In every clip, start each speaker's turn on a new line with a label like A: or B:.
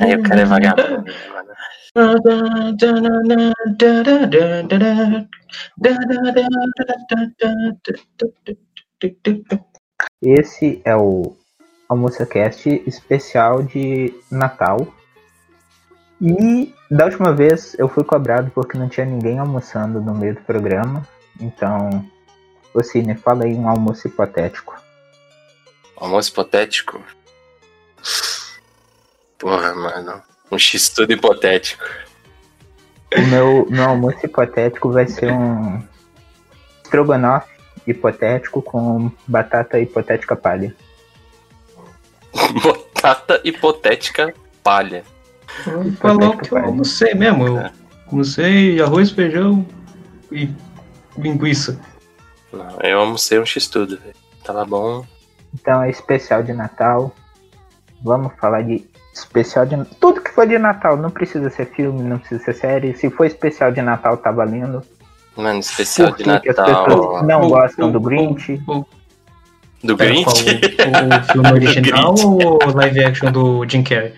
A: Aí o cara é vagabundo. mano.
B: Esse é o AlmoçaCast especial de Natal. E da última vez eu fui cobrado porque não tinha ninguém almoçando no meio do programa. Então, ô Cine, fala aí um almoço hipotético.
A: Almoço hipotético? Porra, mano. Um X tudo hipotético.
B: O meu, meu almoço hipotético vai ser um estrogonofe hipotético com batata hipotética palha.
A: Batata hipotética palha.
C: Vou falar o que eu almocei mesmo. Eu almocei arroz, feijão e linguiça.
A: Não, eu almocei um X tudo, velho. Tava bom.
B: Então é especial de Natal. Vamos falar de especial de tudo que for de Natal. Não precisa ser filme, não precisa ser série. Se for especial de Natal, tá valendo.
A: Mano, especial
B: Por
A: de
B: que é que As pessoas
A: Natal.
B: não
C: Ou-
B: gostam
C: ou-
B: do Grinch.
C: ou-
A: Do
C: Pera,
A: Grinch?
C: qual O, o filme original ou o live action do Jim Carrey?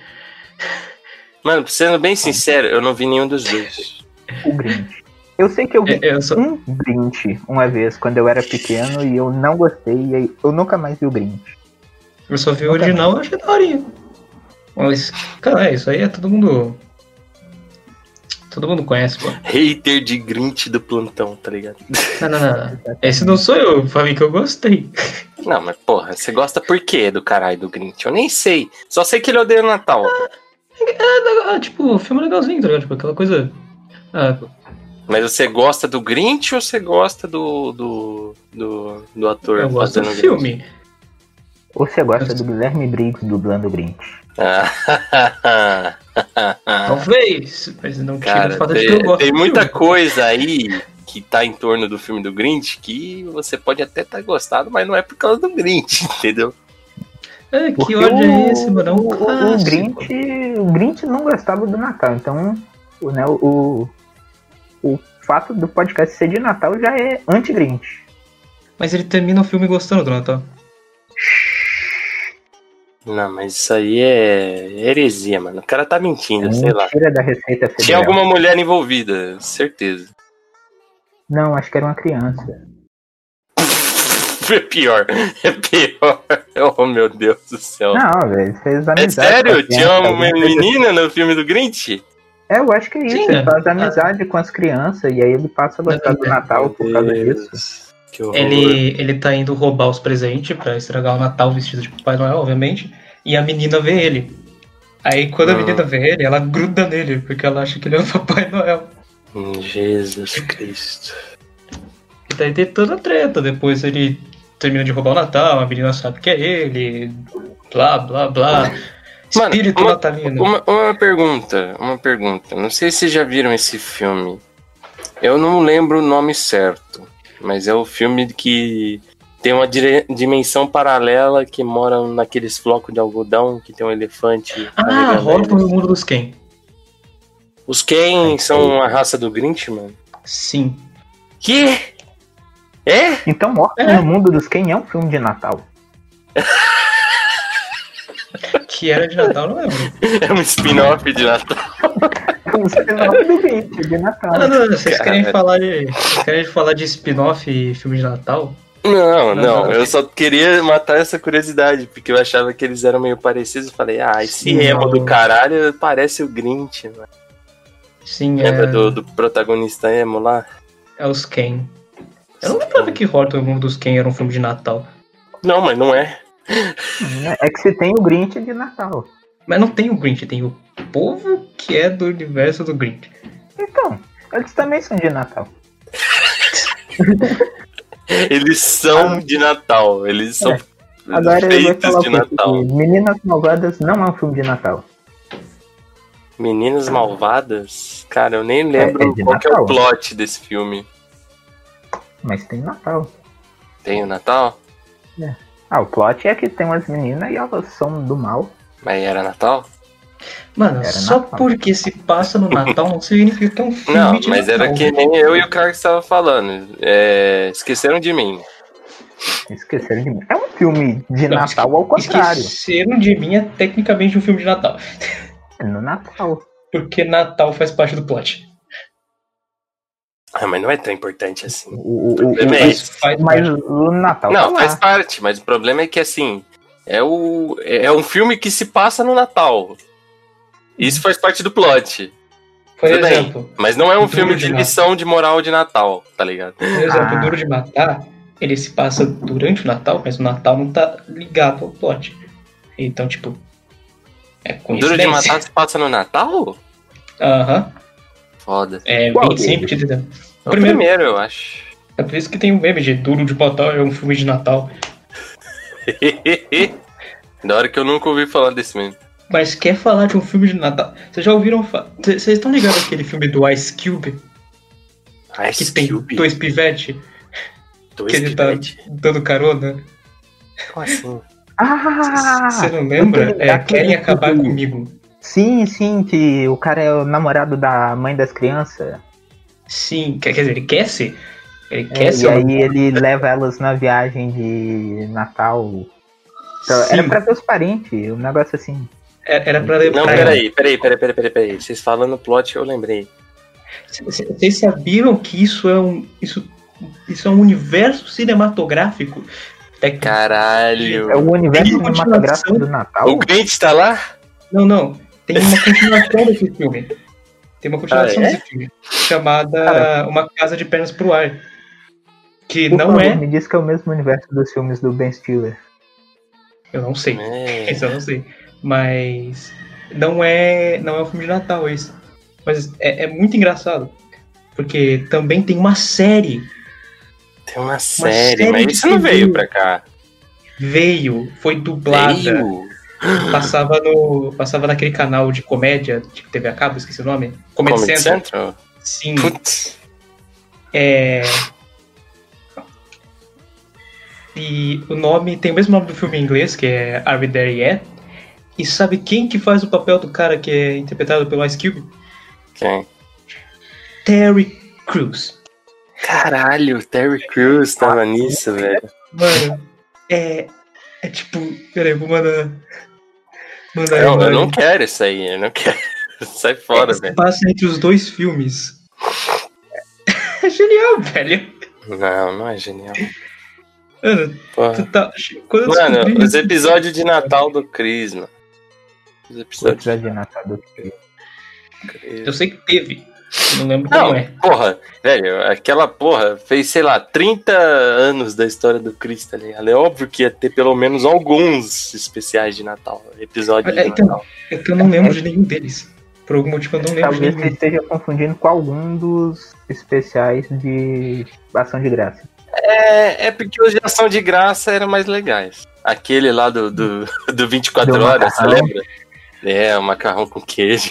A: Mano, sendo bem sincero, eu não vi nenhum dos dois.
B: O Grinch. Eu sei que eu vi
C: É, eu só-
B: um Grinch uma vez quando eu era pequeno e eu não gostei. E aí eu nunca mais vi o Grinch.
C: Eu só vi o original e achei daorinha. Mas, cara, isso aí é todo mundo. Todo mundo conhece, pô.
A: Hater de Grinch do plantão, tá ligado?
C: Não, não, não. Esse não sou eu, falei que eu gostei.
A: Não, mas porra, você gosta por quê do caralho do Grinch? Eu nem sei. Só sei que ele odeia o Natal.
C: É, legal, tipo, filme legalzinho, tá ligado? Tipo, aquela coisa. Ah,
A: Mas você gosta do Grinch ou você gosta do. do. do, do ator
C: eu gosto do
A: o Grinch?
C: filme.
B: Ou você gosta do Guilherme Briggs dublando o Grinch?
A: Ah,
C: Talvez, mas não Então, tira
A: Cara,
C: o fato de
A: tem,
C: que eu gosto.
A: tem
C: do
A: muita
C: filme.
A: coisa aí que tá em torno do filme do Grinch que você pode até estar gostado, mas não é por causa do Grinch, entendeu?
C: É,
B: Porque
C: que ódio
B: o-
C: é esse, mano? É um
B: o, o- o,
C: clássico.
B: Grinch, o Grinch não gostava do Natal, então o- né, o, o fato do podcast ser de Natal já é anti-Grinch.
C: Mas ele termina o filme gostando do Natal.
A: Não, mas isso aí é heresia, mano. O cara tá mentindo, sei lá.
B: Mentira da Receita
C: É.
B: Federal.
A: Tinha alguma mulher envolvida, certeza.
B: Não, acho que era uma criança.
A: É pior, é pior. Oh, meu Deus do céu.
B: Não, velho, fez amizade.
A: é
B: com a
A: sério?
B: criança,
A: Tinha uma
B: alguma coisa
A: menina no filme do Grinch?
B: É, eu acho que é isso.
C: Sim,
B: ele
C: né?
B: faz amizade com as crianças e aí ele passa a gostar do
A: Tá um
B: Natal por causa disso.
A: Que horror.
C: Ele, ele tá indo roubar os presentes pra estragar o Natal vestido de Papai Noel, obviamente. E a menina vê ele. Aí quando a
A: Ah.
C: menina vê ele, ela gruda nele, porque ela acha que ele é o Papai Noel.
A: Hum, Jesus Cristo.
C: E daí tem toda a treta. Depois ele termina de roubar o Natal, a menina sabe que é ele. Blá, blá, blá.
A: Mano,
C: Espírito
A: uma-
C: natalino.
A: Uma, uma pergunta, uma pergunta. Não sei se vocês já viram esse filme. Eu não lembro o nome certo, mas é o filme que tem uma dire- dimensão paralela que moram naqueles flocos de algodão que tem um elefante.
C: Ah,
A: carregando
C: rola
A: eles.
C: no mundo dos Ken.
A: Os Ken são a raça do Grinch, mano?
C: Sim.
A: Que? É?
B: Então, Morte
C: É.
B: no Mundo dos Quem é um filme de Natal.
C: Que era de Natal, não lembro.
A: É um spin-off de Natal.
B: O nome É um do Grinch, de Natal.
C: Ah, não, vocês querem
A: Cara.
C: falar de. Vocês querem falar de spin-off e filme de Natal?
A: Não,
C: Não,
A: não,
C: não.
A: eu só queria matar essa curiosidade, porque eu achava que eles eram meio parecidos. Eu falei, ah, esse
C: Não.
A: emo do caralho parece o Grinch, mano.
C: Sim,
A: Lembra
C: é,
A: do, do protagonista emo lá?
C: é os Ken. Eu não lembrava que Horta o Mundo dos Ken era um filme de Natal.
A: Não, mas não é.
B: É que se tem o Grinch de Natal.
C: Mas não tem o Grinch, tem o povo que é do universo do Grinch.
B: Então, eles também são de Natal.
A: Eles são de Natal. Eles são
B: Ah. É. Agora eu vou
A: feitos
B: falar um
A: de
B: uma coisa
A: Natal.
B: que Meninas Malvadas não é um filme de Natal.
A: Meninas Malvadas? Cara, eu nem lembro
B: É, é de
A: qual que é o
B: Natal.
A: plot desse filme.
B: Mas tem Natal.
A: Tem o Natal?
B: Ah, o plot é que tem umas meninas e elas são do mal.
A: Mas era Natal?
C: Mano,
B: Era
C: só
B: Natal.
C: porque se passa no Natal não significa que é um filme
A: Não,
C: de
A: mas
C: Natal.
A: era que nem eu e o cara que estava falando. É, esqueceram de mim.
B: Esqueceram de mim. É um filme de
C: Não, esque-
B: Natal ao contrário.
C: Esqueceram de mim é tecnicamente um filme de Natal.
B: É no Natal.
C: Porque Natal faz parte do plot.
A: Ah, mas não é tão importante assim.
B: O, o, o,
A: Bem,
B: mas,
C: Mas faz
B: mas
C: parte.
B: o Natal. tá
A: Não,
B: lá.
A: faz parte, mas o problema é que assim, é, o, é um filme que se passa no Natal. Isso faz parte do plot.
C: Por
A: tudo bem.
C: exemplo,
A: Mas não é um
C: Duro
A: filme
C: de
A: de
C: Natal.
A: lição de moral de Natal, tá ligado?
C: por exemplo,
B: Ah.
C: Duro de Matar, ele se passa durante o Natal, mas o Natal não tá ligado ao plot. Então, tipo, é
A: Duro de
C: coincidência.
A: Matar se passa no Natal?
C: Aham.
A: Foda.
C: É
B: Qual
C: 25 de dezembro.
A: É o
C: Primeiro.
A: primeiro, eu acho.
C: É por isso que tem um meme de Duro de Matar é um filme de Natal.
A: da hora que eu nunca ouvi falar desse mesmo.
C: Mas quer falar de um filme de Natal? Vocês já ouviram falar? Vocês estão ligados aquele filme do Ice Cube? Que
A: Ice
C: tem
A: Cube?
C: dois pivete
A: Dois
C: que ele tá
A: pivete?
C: dando carona?
A: Como assim?
B: Ah!
C: Você não lembra?
B: eu tô
C: É
B: ligado.
C: Querem Acabar Comigo.
B: Sim, sim, que o cara é o namorado da mãe das crianças.
C: Sim, quer, quer dizer, ele quer ser. Ele
B: É,
C: quer
B: e
C: ser uma-
B: aí ele leva elas na viagem de Natal. Então,
C: Sim.
B: era pra ver os parentes, um negócio assim.
C: Era era pra levar.
A: Não, peraí, peraí, peraí, peraí, peraí, peraí. Vocês falando plot, eu lembrei.
C: C- c- Vocês sabiam que isso é um. Isso, isso é um universo cinematográfico? É Tec-
A: Caralho.
B: É o universo
C: Tem uma
B: cinematográfico do
C: continuação.
B: Natal.
A: O Grinch tá lá?
C: Não, não. Tem uma continuação desse filme. Tem uma continuação
A: Ah, é?
C: desse filme. Chamada
B: Cara.
C: Uma Casa de Pernas pro Ar. Que
B: Por
C: não
B: favor,
C: é.
B: Me diz que é o mesmo universo dos filmes do Ben Stiller.
C: Eu não sei.
A: É.
C: Isso eu não sei. Mas não é, não é um filme de Natal esse. Mas é, é muito engraçado. Porque também tem uma série.
A: Tem uma série,
C: série
A: mas
C: de
A: isso não
C: TV.
A: veio pra cá.
C: Veio, foi dublada.
A: Veio.
C: Passava no. Passava naquele canal de comédia, tipo TV a cabo, esqueci o nome. Comedy,
A: Comedy
C: Central.
A: Central?
C: Sim.
A: Putz.
C: É... E o nome tem o mesmo nome do filme em inglês, que é Are We There Yet? E sabe quem que faz o papel do cara que é interpretado pelo Ice Cube?
A: Quem?
C: Terry Crews.
A: Caralho, Terry Crews tava nisso, velho.
C: Mano, é. É tipo. Pera aí, vou mandar. Mandar aí,
A: Não, É, eu
C: É, mano.
A: não quero isso aí, eu não quero. Sai fora,
C: Se
A: velho.
C: Passa entre os dois filmes. É genial, velho.
A: Não, não é genial.
C: Mano,
A: Porra.
C: tu tá. Quando eu
A: Mano,
C: descobri
A: os
C: isso-
A: episódios de Natal do Cris, mano. Os
B: O
A: episódios
B: episódio de Natal do filme.
A: do Cris.
C: Eu sei que teve. eu Não lembro
A: é- Não,
C: como é.
A: porra, velho, aquela porra fez, sei lá, 30 anos da história do Chris, tá ligado? É óbvio que ia ter pelo menos alguns especiais de Natal, episódios
C: É,
A: de
C: então,
A: Natal.
C: É que eu não lembro de nenhum deles. Por algum motivo
A: é
C: eu não lembro de
B: Talvez você
C: nenhum.
B: esteja confundindo com algum dos especiais de Ação de Graça.
A: É, é porque os de ação de graça eram mais legais. Aquele lá do, do, do 24
B: Do
A: horas, você
B: macarrão.
A: lembra? É, o macarrão com queijo.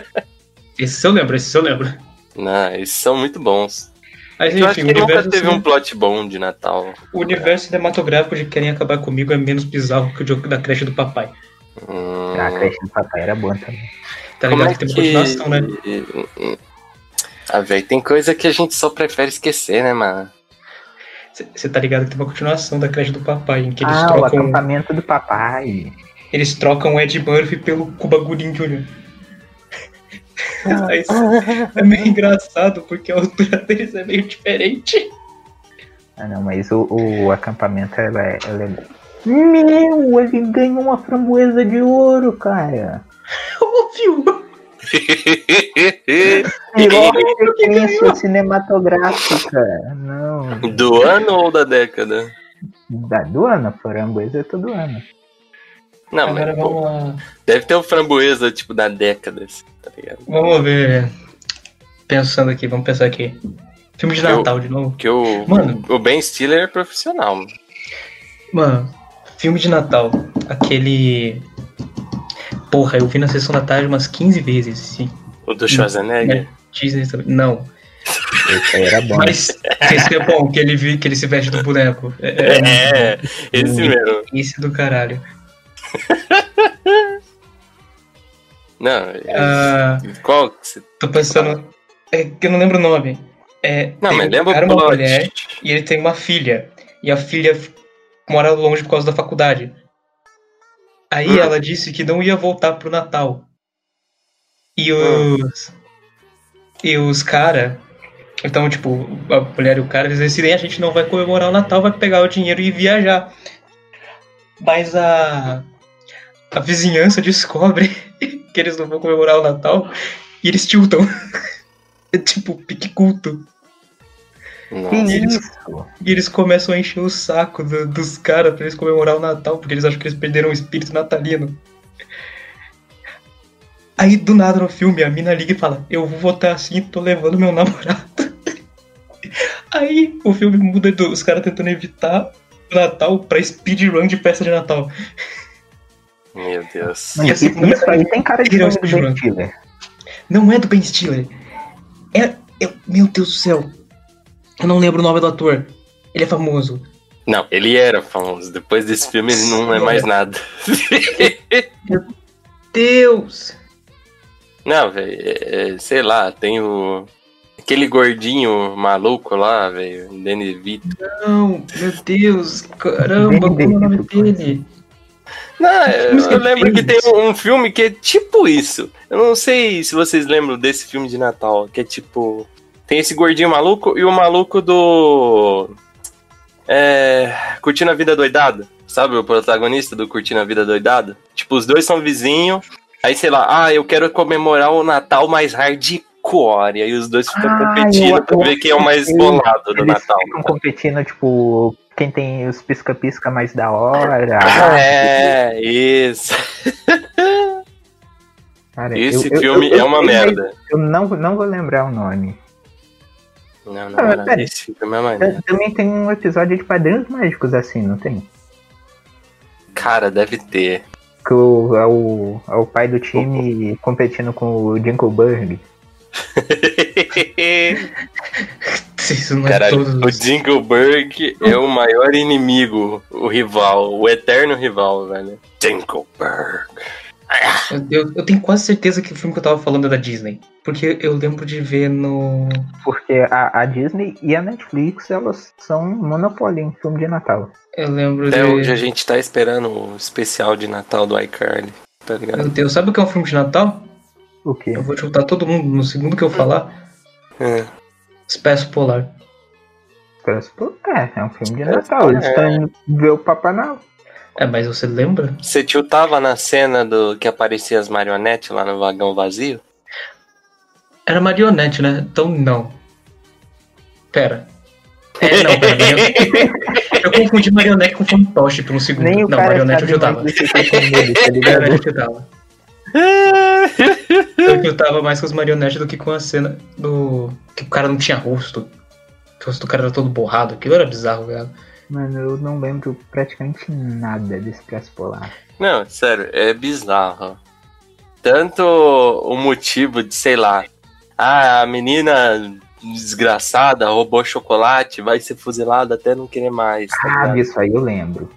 C: Esse eu lembro, esse eu lembro.
A: Não, esses são muito bons.
C: Mas
A: Eu acho
C: enfim, o
A: É que nunca
C: universo,
A: teve um
C: cine-
A: plot bom de Natal.
C: o universo cinematográfico de Querem Acabar Comigo é menos bizarro que o jogo da creche do papai.
A: Hum,
B: A Ah, creche do papai era boa também.
C: Tá
A: como
C: ligado?
A: é
C: Ah, que tem uma continuação, né?
A: que- Ah, velho, tem coisa que a gente só prefere esquecer, né, mano?
C: Você tá ligado que tem uma continuação da creche do papai, em que eles
B: Ah, o
C: trocam.
B: acampamento do papai.
C: Eles trocam o Ed Murphy pelo Cuba Gooding Jr.
A: Ah.
C: Mas é meio engraçado porque a altura deles é meio diferente.
B: Ah, não, mas o, o acampamento, ela é, ela é... Meu, ele ganhou uma framboesa de ouro, cara.
C: Óbvio!
B: Pior sequência cinematográfica. Não,
A: Do ano ou da década?
B: da do ano, framboesa é todo ano.
A: Não,
C: Agora
A: mas, pô,
C: vamos lá.
A: deve ter um framboesa, tipo, da década, assim, tá ligado?
C: Vamos ver. Pensando aqui, vamos pensar aqui. Filme de
A: Eu-
C: Natal de novo.
A: Porque o,
C: Mano.
A: o Ben Stiller é profissional. mano.
C: Mano, filme de Natal. Aquele. Porra, eu vi na sessão da tarde umas 15 vezes. Sim.
A: O do Schwarzenegger.
C: Disney também. Não.
A: É,
B: Esse aí era bom.
C: Mas esse é bom, que ele, vi, que ele se veste do boneco. É, é,
A: É, esse mesmo.
C: esse é do caralho.
A: Não, é-
C: Ah,
A: qual que você...
C: tô pensando. É que eu não lembro o nome. É,
A: Não,
C: tem
A: mas
C: um
A: lembra
C: cara,
A: o
C: uma mulher
A: plot.
C: e ele tem uma filha. e a filha f- mora longe por causa da faculdade. Aí
A: Hum.
C: ela disse que não ia voltar pro Natal. E os. E os cara. Então, tipo, a mulher e o cara, eles decidem, a gente não vai comemorar o Natal, vai pegar o dinheiro e viajar. Mas a. A vizinhança descobre que eles não vão comemorar o Natal e eles tiltam. É tipo, pique culto.
B: Que
A: Nossa.
C: eles-
B: isso?
C: E eles começam a encher o saco do- dos caras pra eles comemorar o Natal, porque eles acham que eles perderam o espírito natalino. Aí do nada no filme a mina liga e fala: Eu vou votar assim, tô levando meu namorado. Aí o filme muda dos caras tentando evitar o Natal pra speedrun de peça de Natal.
A: Meu Deus.
C: E
B: Mas
C: assim,
B: isso, isso aí tem cara de
C: Virou
B: filme do
C: speedrun.
B: Ben Stiller.
C: Não é do Ben Stiller. É, é. Meu Deus do céu. Eu não lembro o nome do ator. Ele é famoso.
A: Não, ele era famoso. Depois desse filme ele não é mais nada.
C: Deus!
A: Não, velho, é- é, sei lá, tem o. Aquele gordinho maluco lá, velho, Danny Vito.
C: Não, meu Deus, caramba, como é o nome dele?
A: Não, eu,
C: filmes que
A: eu lembro
C: ele
A: que tem
C: fez?
A: um, um filme que é tipo isso. Eu não sei se vocês lembram desse filme de Natal, que é tipo. Tem esse gordinho maluco e o maluco do. É. Curtindo a Vida Doidada. Sabe o protagonista do Curtindo a Vida Doidada? Tipo, os dois são vizinhos. Aí, sei lá, ah, eu quero comemorar o Natal mais hardcore. E aí os dois ficam
B: Ah,
A: competindo
B: eu-
A: pra
B: eu
A: ver quem é o mais
B: sei.
A: bolado do
B: Eles
A: Natal. né?
B: ficam competindo, tipo, quem tem os pisca-pisca mais da hora.
A: Ah, é, isso.
B: Cara, eu-
A: Esse
B: eu-
A: filme
B: eu- eu
A: é uma
B: sei, mas
A: merda.
B: Eu não, não vou lembrar o nome.
A: Não, não,
B: Ah, mas
A: não,
B: pera.
A: esse filme é maneiro.
B: T- Também tem um episódio de Padrinhos Mágicos assim, não tem?
A: Cara, deve ter.
B: Que o, é, o, é o pai do time competindo com o Jinkleberg.
C: Isso não é
A: Caralho,
C: todos.
A: o Dingleberg é o maior inimigo, o rival, o eterno rival, velho. Dingleberg.
C: Meu Deus, eu tenho quase certeza que o filme que eu tava falando é da Disney. Porque eu lembro de ver no.
B: Porque a, a Disney e a Netflix, elas são monopólio em filme de Natal.
C: Eu lembro
A: Até
C: de.
A: hoje a gente tá esperando o especial de Natal do iCarly, tá ligado?
C: Meu Deus, sabe o que é um filme de Natal?
B: O quê?
C: Eu vou chutar todo mundo no segundo que eu falar.
A: É.
C: Espécie Polar.
B: Próximo- É, é um filme de Natal. Eles estão indo ver o Papai Noel.
C: É, mas você lembra?
A: Você tio tava na cena do que aparecia as marionetes lá no vagão vazio?
C: Era marionete, né? Então não. Pera. É, não, pera. Eu, eu confundi marionete com fantoche por um segundo.
B: Nem o
C: não,
B: cara
C: marionete eu
B: sabe mais
C: chutava.
B: do que tá falando, tá ligado?
C: Marionete eu chutava. Eu que eu tava mais com os marionetes do que com a cena do. que o cara não tinha rosto. Que O rosto do cara era todo borrado. Aquilo era bizarro, velho.
B: Mano, eu não lembro praticamente nada desse Expresso Polar.
A: Não, sério, é bizarro. Tanto o motivo de, sei lá, ah, a menina desgraçada roubou chocolate, vai ser fuzilada até não querer mais. tá
B: Ah,
A: ligado?
B: isso aí eu lembro.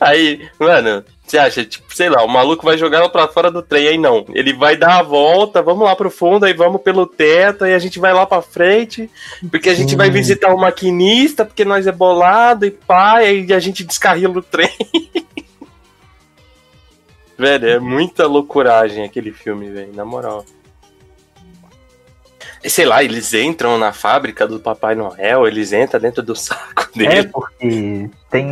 A: Aí, mano, você acha, tipo, sei lá, o maluco vai jogar ela pra fora do trem, aí não. Ele vai dar a volta, vamos lá pro fundo, aí vamos pelo teto, aí a gente vai lá pra frente, porque a gente vai
B: Sim.
A: visitar o maquinista, porque nós é bolado e pá, e aí a gente descarrila o trem. velho, é muita loucuragem aquele filme, velho, na moral. E Sei lá, eles entram na fábrica do Papai Noel, eles entram dentro do saco dele.
B: É porque tem.
C: É
B: tem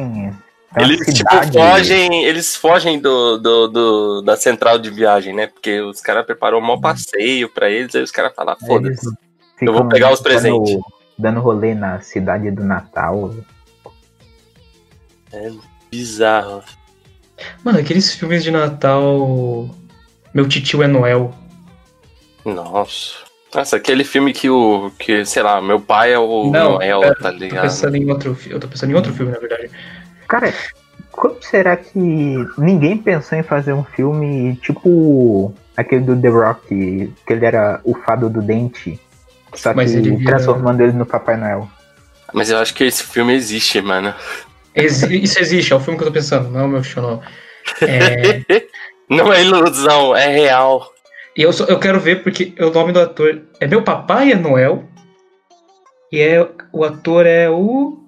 B: uma
A: Eles tipo,
B: cidade- né?
A: fogem, eles fogem do, do, do- da central de viagem, né? Porque os caras preparou
C: Hum.
A: um mau passeio pra eles, aí os caras falaram,
C: É
B: eles
A: foda-se.
B: ficam
A: vou pegar os
B: dando-
A: presentes.
B: Dando rolê na cidade do Natal.
A: É Bizarro.
C: Mano, aqueles filmes de Natal. Meu titio é Noel.
A: Nossa. Nossa, aquele filme que o. que, sei lá, meu pai é o
C: Não,
A: Noel,
C: pera,
A: tá
C: Tô
A: ligado?
C: pensando em outro filme. Eu tô pensando em outro filme, na verdade.
B: Cara, como será que ninguém pensou em fazer um filme tipo aquele do The Rock, que ele era o fado do dente, só
C: Mas
B: que
C: ele vira-
B: transformando ele no Papai Noel?
A: Mas eu acho que esse filme existe, mano.
C: Exi- isso existe, é o filme que eu tô pensando, não é o meu tio, não. É,
A: Não é ilusão, é real.
C: e eu, só- eu quero ver porque o nome do ator é Meu Papai é Noel. E é, o ator é o.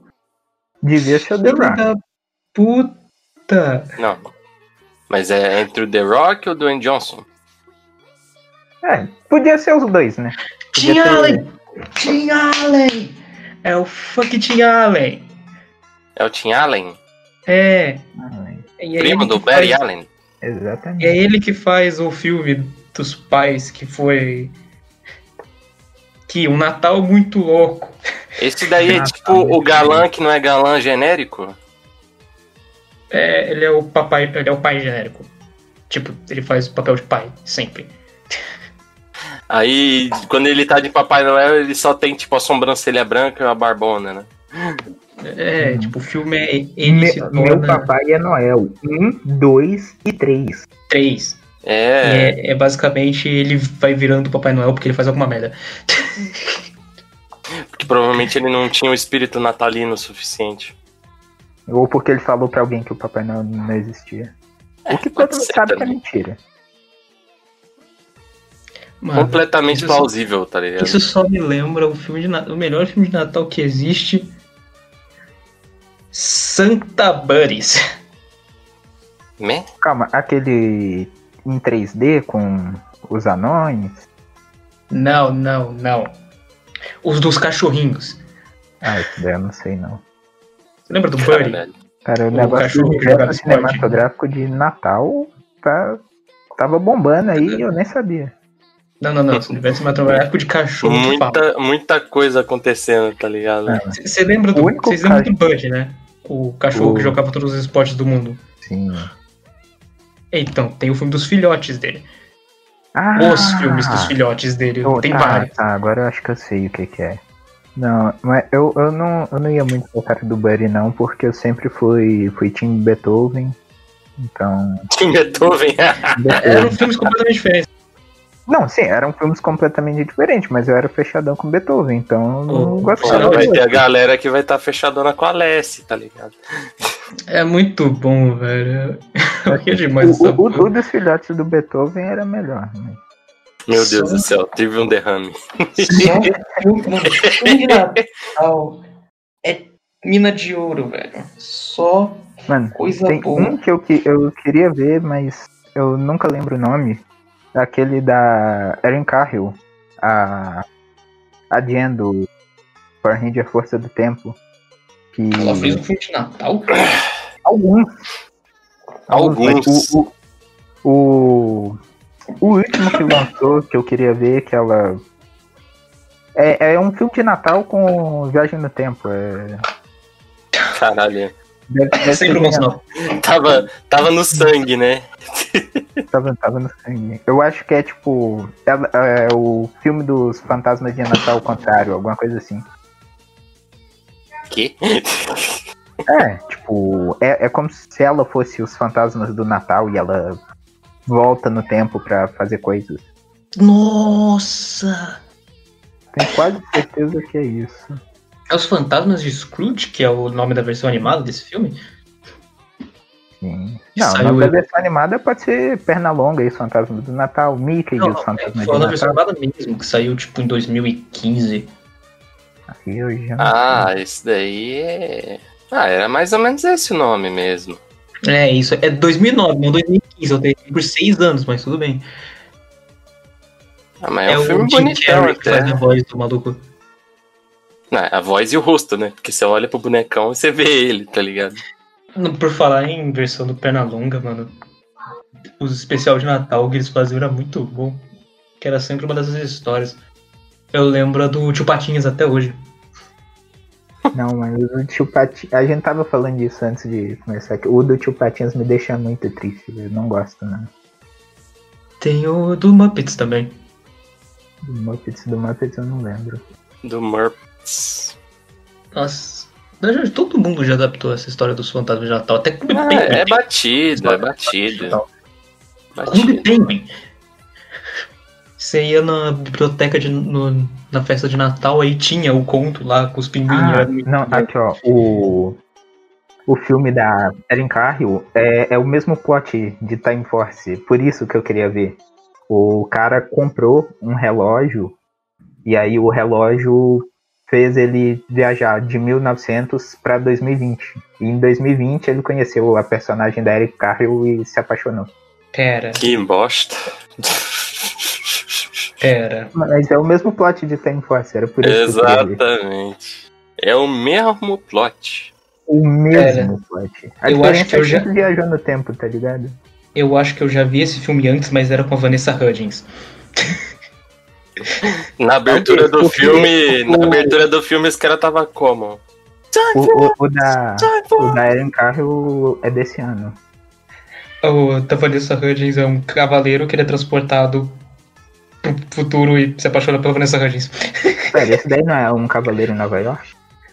B: Devia ser o The
C: Filho
B: Rock.
C: da puta.
A: Não. Mas é entre o The Rock ou o Dwayne Johnson?
B: É, podia ser os dois, né? Podia
C: Tim
B: ter- um.
C: Allen! Tim Allen! É o fuck Tim Allen.
A: É o Tim Allen?
C: É.
B: Allen,
C: E é
A: Primo
C: ele
A: do
C: que faz-
A: Barry Allen?
B: Ah, Exatamente.
C: É ele que faz o filme dos pais que foi. Que um Natal muito louco.
A: Esse daí é
B: Ah,
C: tá,
A: tipo o galã que não é galã genérico?
C: É, ele é o papai. Ele é o pai genérico. Tipo, ele faz o papel de pai, sempre.
A: Aí, quando ele tá de Papai Noel, ele só tem, tipo, a sobrancelha branca e a barbona, né?
C: É, tipo, o filme é ele se
B: Me- Hum. Meu
C: torna
B: papai é Noel. Um, dois e três.
C: três. E
A: É,
C: É. é basicamente ele vai virando o Papai Noel porque ele faz alguma merda.
A: porque provavelmente ele não tinha o espírito natalino suficiente.
B: Ou porque ele falou pra alguém que o Papai Noel não existia. O que todo
A: pode
B: mundo
A: ser
B: sabe que é
A: também.
B: mentira.
C: Mano,
A: Completamente
C: isso- é
A: plausível, tá ligado?
C: isso só me lembra o filme de Natal, o melhor filme de Natal que existe. Santa Buddies.
A: Né?
B: Calma, aquele em 3D com os anões.
C: Não, não, não. Os dos cachorrinhos.
B: Ah, isso daí eu não sei não.
C: Você lembra do
A: Cara, né?
C: Buddy?
A: velho.
B: Cara, o
C: O
B: negócio do
C: cachorro que jogava
B: universo
C: esporte.
B: cinematográfico de Natal tá, tava bombando aí e eu nem sabia.
C: Não, não, não. Se tivesse cinematográfico de cachorro que fala.
A: Muita, muita coisa acontecendo, tá ligado?
B: É.
C: C- Você lembra do.
B: O único
C: Vocês lembram do Buddy, né? O cachorro que
B: O-
C: jogava todos os esportes do mundo.
B: Sim.
C: Então, tem o filme dos filhotes dele.
B: Ah,
C: Os filmes dos filhotes dele.
B: oh,
C: tem
B: tá,
C: vários.
B: tá, agora eu acho que eu sei o que, que é. Não, mas eu, eu, não, eu não ia muito pro cara do Buddy não, porque eu sempre fui, fui Tim Beethoven. Então.
A: Tim Beethoven.
C: É, Ah, Eram filmes completamente diferentes.
B: Não, sim, eram filmes completamente diferentes, mas eu era fechadão com Beethoven, então eu não
C: Oh,
B: gostava.
A: Mano,
C: Não,
A: vai
B: do
A: ter a
B: outro.
A: galera que vai estar fechadona com a Lessie, tá ligado?
C: É muito bom, velho. Eu ria demais
B: O,
C: essa
B: o,
C: porra.
B: o dos filhotes do Beethoven era melhor. né?
A: Meu Deus do céu, tive um derrame.
C: Só filme de Natal é mina de ouro, velho. Só
B: Mano,
C: coisa
B: tem um que eu, que eu queria ver, mas eu nunca lembro o nome. Aquele da Erin Carhill, a, a Jen do Power Ranger Força do Tempo. Que é
C: um filme de Natal?
B: alguns.
A: Alguns.
B: mas O, o, o, o último que lançou, que eu queria ver, que ela. É, é um filme de Natal com Viagem no Tempo. É,
A: Caralho.
B: deve,
C: Sempre
B: deve ser
C: o
B: bem
C: nosso Natal.
A: Tava, tava no sangue, né?
B: Tava, tava no sangue. Eu acho que é tipo. ela- é o filme dos fantasmas de Natal ao contrário, alguma coisa assim.
A: Que?
B: É, tipo. É, é como se ela fosse os fantasmas do Natal e ela volta no tempo pra fazer coisas.
C: Nossa!
B: Tenho quase certeza que é isso.
C: É os Fantasmas de Scrooge, que é o nome da versão animada desse filme?
B: Sim. Não,
C: Saiu
B: na
C: ele.
B: versão animada pode ser Pernalonga e os fantasmas do Natal, Mickey e
C: Não,
B: os fantasmas
C: falando da
B: de
C: versão
B: Natal.
C: animada mesmo, que saiu tipo em 2015.
B: E eu já-
A: Ah, esse daí é. Ah, era mais ou menos esse o nome mesmo.
C: É, isso. É 2009, não 2015. Eu tenho por seis anos, mas tudo bem.
A: Ah, mas é, um filme bonitão
C: que
A: até.
C: faz a voz do maluco.
A: Não, é a voz e o rosto, né? Porque você olha pro bonecão e você vê ele, tá ligado?
C: Não, Por falar em versão do Pernalonga, mano, os especial de Natal que eles faziam era muito bom. Que era sempre uma dessas histórias. Eu lembro a do Tio Patinhas até hoje.
B: Não, mas o do tio Patinhas. A gente tava falando disso antes de começar aqui. O do tio Patinhas me deixa muito triste. Eu não gosto, não.
C: Tem o do Muppets também.
B: Do Muppets, do Muppets eu não lembro.
A: Do Murps.
C: Nossa, na verdade, todo mundo já adaptou essa história dos fantasmas de Natal. Até Clube
A: Ah,
C: Penguin.
A: é batido, é batido.
C: Clube um
A: Batido.
C: Penguin. Você ia na biblioteca de, no- na festa de Natal, aí tinha o conto lá com os pinguins.
B: Ah,
C: era muito
B: não,
C: bom.
B: aqui ó, o, o filme da Erin Carhill é, é o mesmo plot de Time Force, por isso que eu queria ver. O cara comprou um relógio e aí o relógio fez ele viajar de 1900 para 2020. E em 2020 ele conheceu a personagem da Eric Carrel e se apaixonou.
C: Pera,
A: Que bosta.
C: pera.
B: Mas é o mesmo plot de Flame Force, era por isso que eu escrevi.
A: Exatamente. É o mesmo plot.
B: O mesmo plot. A
C: eu acho
B: diferença
C: que eu
B: é
C: já-
B: que viajou no tempo, tá ligado?
C: Eu acho que eu já vi esse filme antes, mas era com a Vanessa Hudgens.
A: Na abertura do
B: porque-
A: filme. Na abertura do filme, esse cara tava como?
B: O, o- o da, o da Erin Carrel é desse ano.
C: O da Vanessa Hudgens é um cavaleiro que ele é transportado pro futuro e se apaixona pela Vanessa Hudgens.
B: Pera, esse daí não é um cavaleiro em Nova York?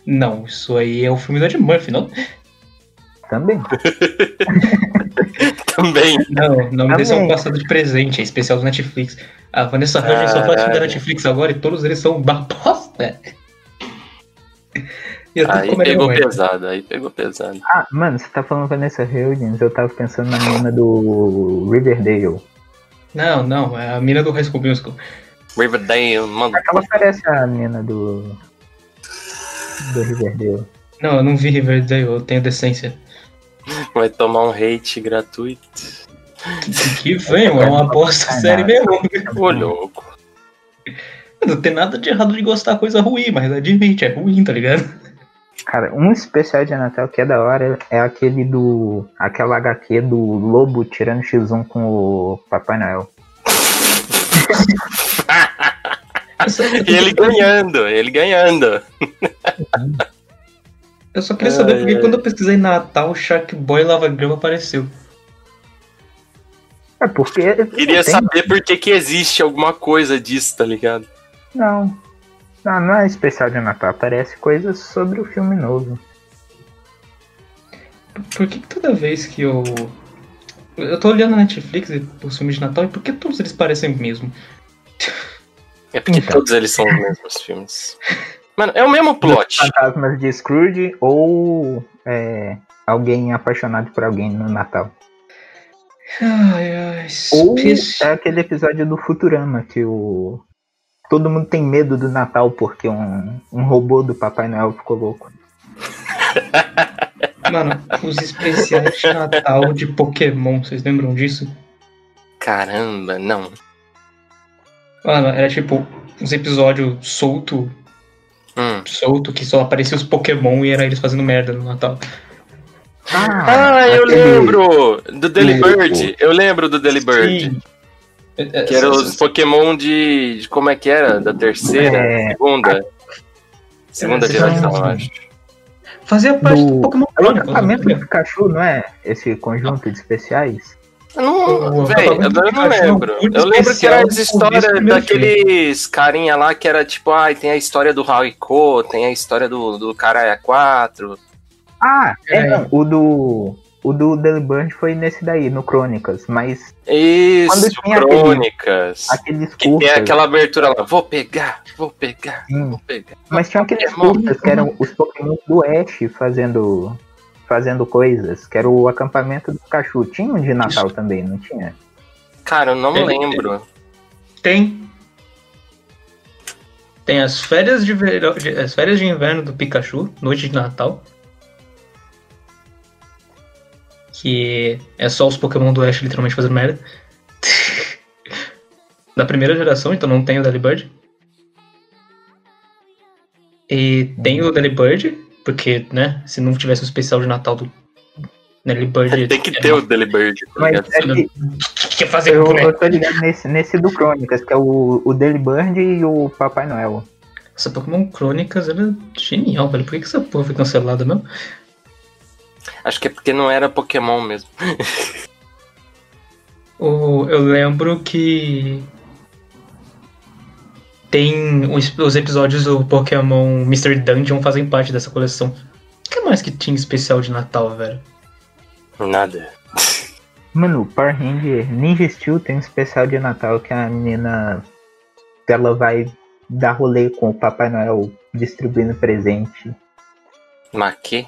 C: Não, isso aí é o filme do Ed Murphy, não?
B: Também.
A: Também.
C: Não, não me
B: Tá
C: desse é um
B: bom.
C: passado de presente, é especial do Netflix. A Vanessa Hudgens só faz filme da
A: Caralho.
C: Netflix agora e todos eles são uma bosta. E é tudo
A: Aí
C: comédia
A: pegou
C: romântica.
A: pesado, aí pegou pesado.
B: Ah, mano, você tá falando Vanessa Hudgens, eu tava pensando na menina do Riverdale.
C: Não, não, é a mina do High School Musical.
A: Riverdale, mano.
B: Ela parece a menina do. do Riverdale.
C: Não, eu não vi Riverdale, eu tenho decência.
A: Vai tomar um hate gratuito.
C: Que, que venho, é uma bosta
B: Ah,
C: série
B: não.
C: mesmo.
A: Ô, louco.
C: Não tem nada de errado de gostar de coisa ruim, mas admite, é ruim, tá ligado?
B: Cara, um especial de Natal que é da hora é aquele do. aquela HQ do Lobo tirando X1 com o Papai Noel.
A: E ele ganhando, ele ganhando.
C: Eu só queria saber
A: Ai,
C: porque
A: ai.
C: quando eu pesquisei Natal, Shark Boy Lava Grama apareceu.
B: É porque.
A: Queria
B: não tem-
A: saber por que que existe alguma coisa disso, tá ligado?
B: Não. Não, não é especial de Natal, aparece coisas sobre o filme novo.
C: Por que, que toda vez que eu. Eu tô olhando a Netflix e os filmes de Natal e por que todos eles parecem o mesmo?
A: É porque
B: Então.
A: todos eles são os mesmos filmes. Mano, é o mesmo plot.
B: Fantasmas de Scrooge ou. é, alguém apaixonado por alguém no Natal.
C: Ai, ai.
B: Ou
C: especi-
B: é aquele episódio do Futurama que o. Todo mundo tem medo do Natal porque um, um robô do Papai Noel ficou louco.
C: Mano, os especiais de Natal de Pokémon, vocês lembram disso?
A: Caramba, não.
C: Mano, era tipo uns episódios solto,
A: Hum.
C: solto, que só aparecia os Pokémon e era eles fazendo merda no Natal.
A: Ah, eu
B: aquele-
A: lembro do Daily
B: Sim.
A: Bird. Eu lembro do Daily Bird.
C: Sim. É, é,
A: Que eram os
C: sim,
A: Pokémon de, de Como é que era? Da terceira?
B: É.
A: Segunda? Segunda
C: Era
A: geração,
C: sim.
A: eu acho.
C: sim. Fazia parte do,
B: do-
C: Pokémon
B: É o
C: Chronicles.
B: acampamento
C: né?
B: do Pikachu, não é? Esse conjunto de especiais.
A: Eu Não,
C: O
A: véi, eu
C: acampamento
A: não- eu não
C: Pikachu é um
A: lembro.
C: culto
A: Eu lembro que
C: especial
A: era um
C: do
A: as histórias
C: começo do meu
A: daqueles carinha lá que era tipo, ai, tem a história do Raiko, tem a história do, do é Caralho 4.
B: Ah, é,
C: É.
B: não, o do. O do Daily Bird foi nesse daí, no Crônicas, mas
A: Isso,
B: Quando tinha aquele-
A: Crônicas.
B: aqueles
A: Que tem
B: curtas.
A: aquela abertura lá, vou pegar, vou pegar,
B: assim,
A: vou pegar.
B: mas tinha aqueles
A: Pokémon.
B: curtas que eram os Pokémon do Ash fazendo. fazendo coisas, que era o acampamento do Pikachu. Tinha um de Natal também, não tinha?
A: Cara, eu não
C: Ele-
A: lembro.
C: Tem. Tem as férias de verão, de- as férias de inverno do Pikachu, noite de Natal. Que é só os Pokémon do Ash literalmente fazendo merda. da primeira geração, então não tem o Delibird. E tem o Delibird, porque, né, se não tivesse o especial de Natal do Delibird...
A: Tem que
C: é
A: ter o Delibird. tá
B: Mas
A: ligado?
B: é que
C: Quer fazer
B: eu,
C: com boneco?
B: eu tô ligado nesse, nesse do Crônicas, que é o, o Daily Bird e o Papai Noel.
C: Essa Pokémon Crônicas era genial, velho. Por que, que essa porra foi cancelada mesmo?
A: Acho que é porque não era Pokémon mesmo.
C: O- eu lembro que. Tem os, os episódios do Pokémon Mr. Dungeon fazem parte dessa coleção. O que mais que tinha especial de Natal, velho?
A: Nada.
B: Mano, Power Ranger Ninja Steel tem um especial de Natal que a menina ela vai dar rolê com o Papai Noel distribuindo presente.
A: Maquê?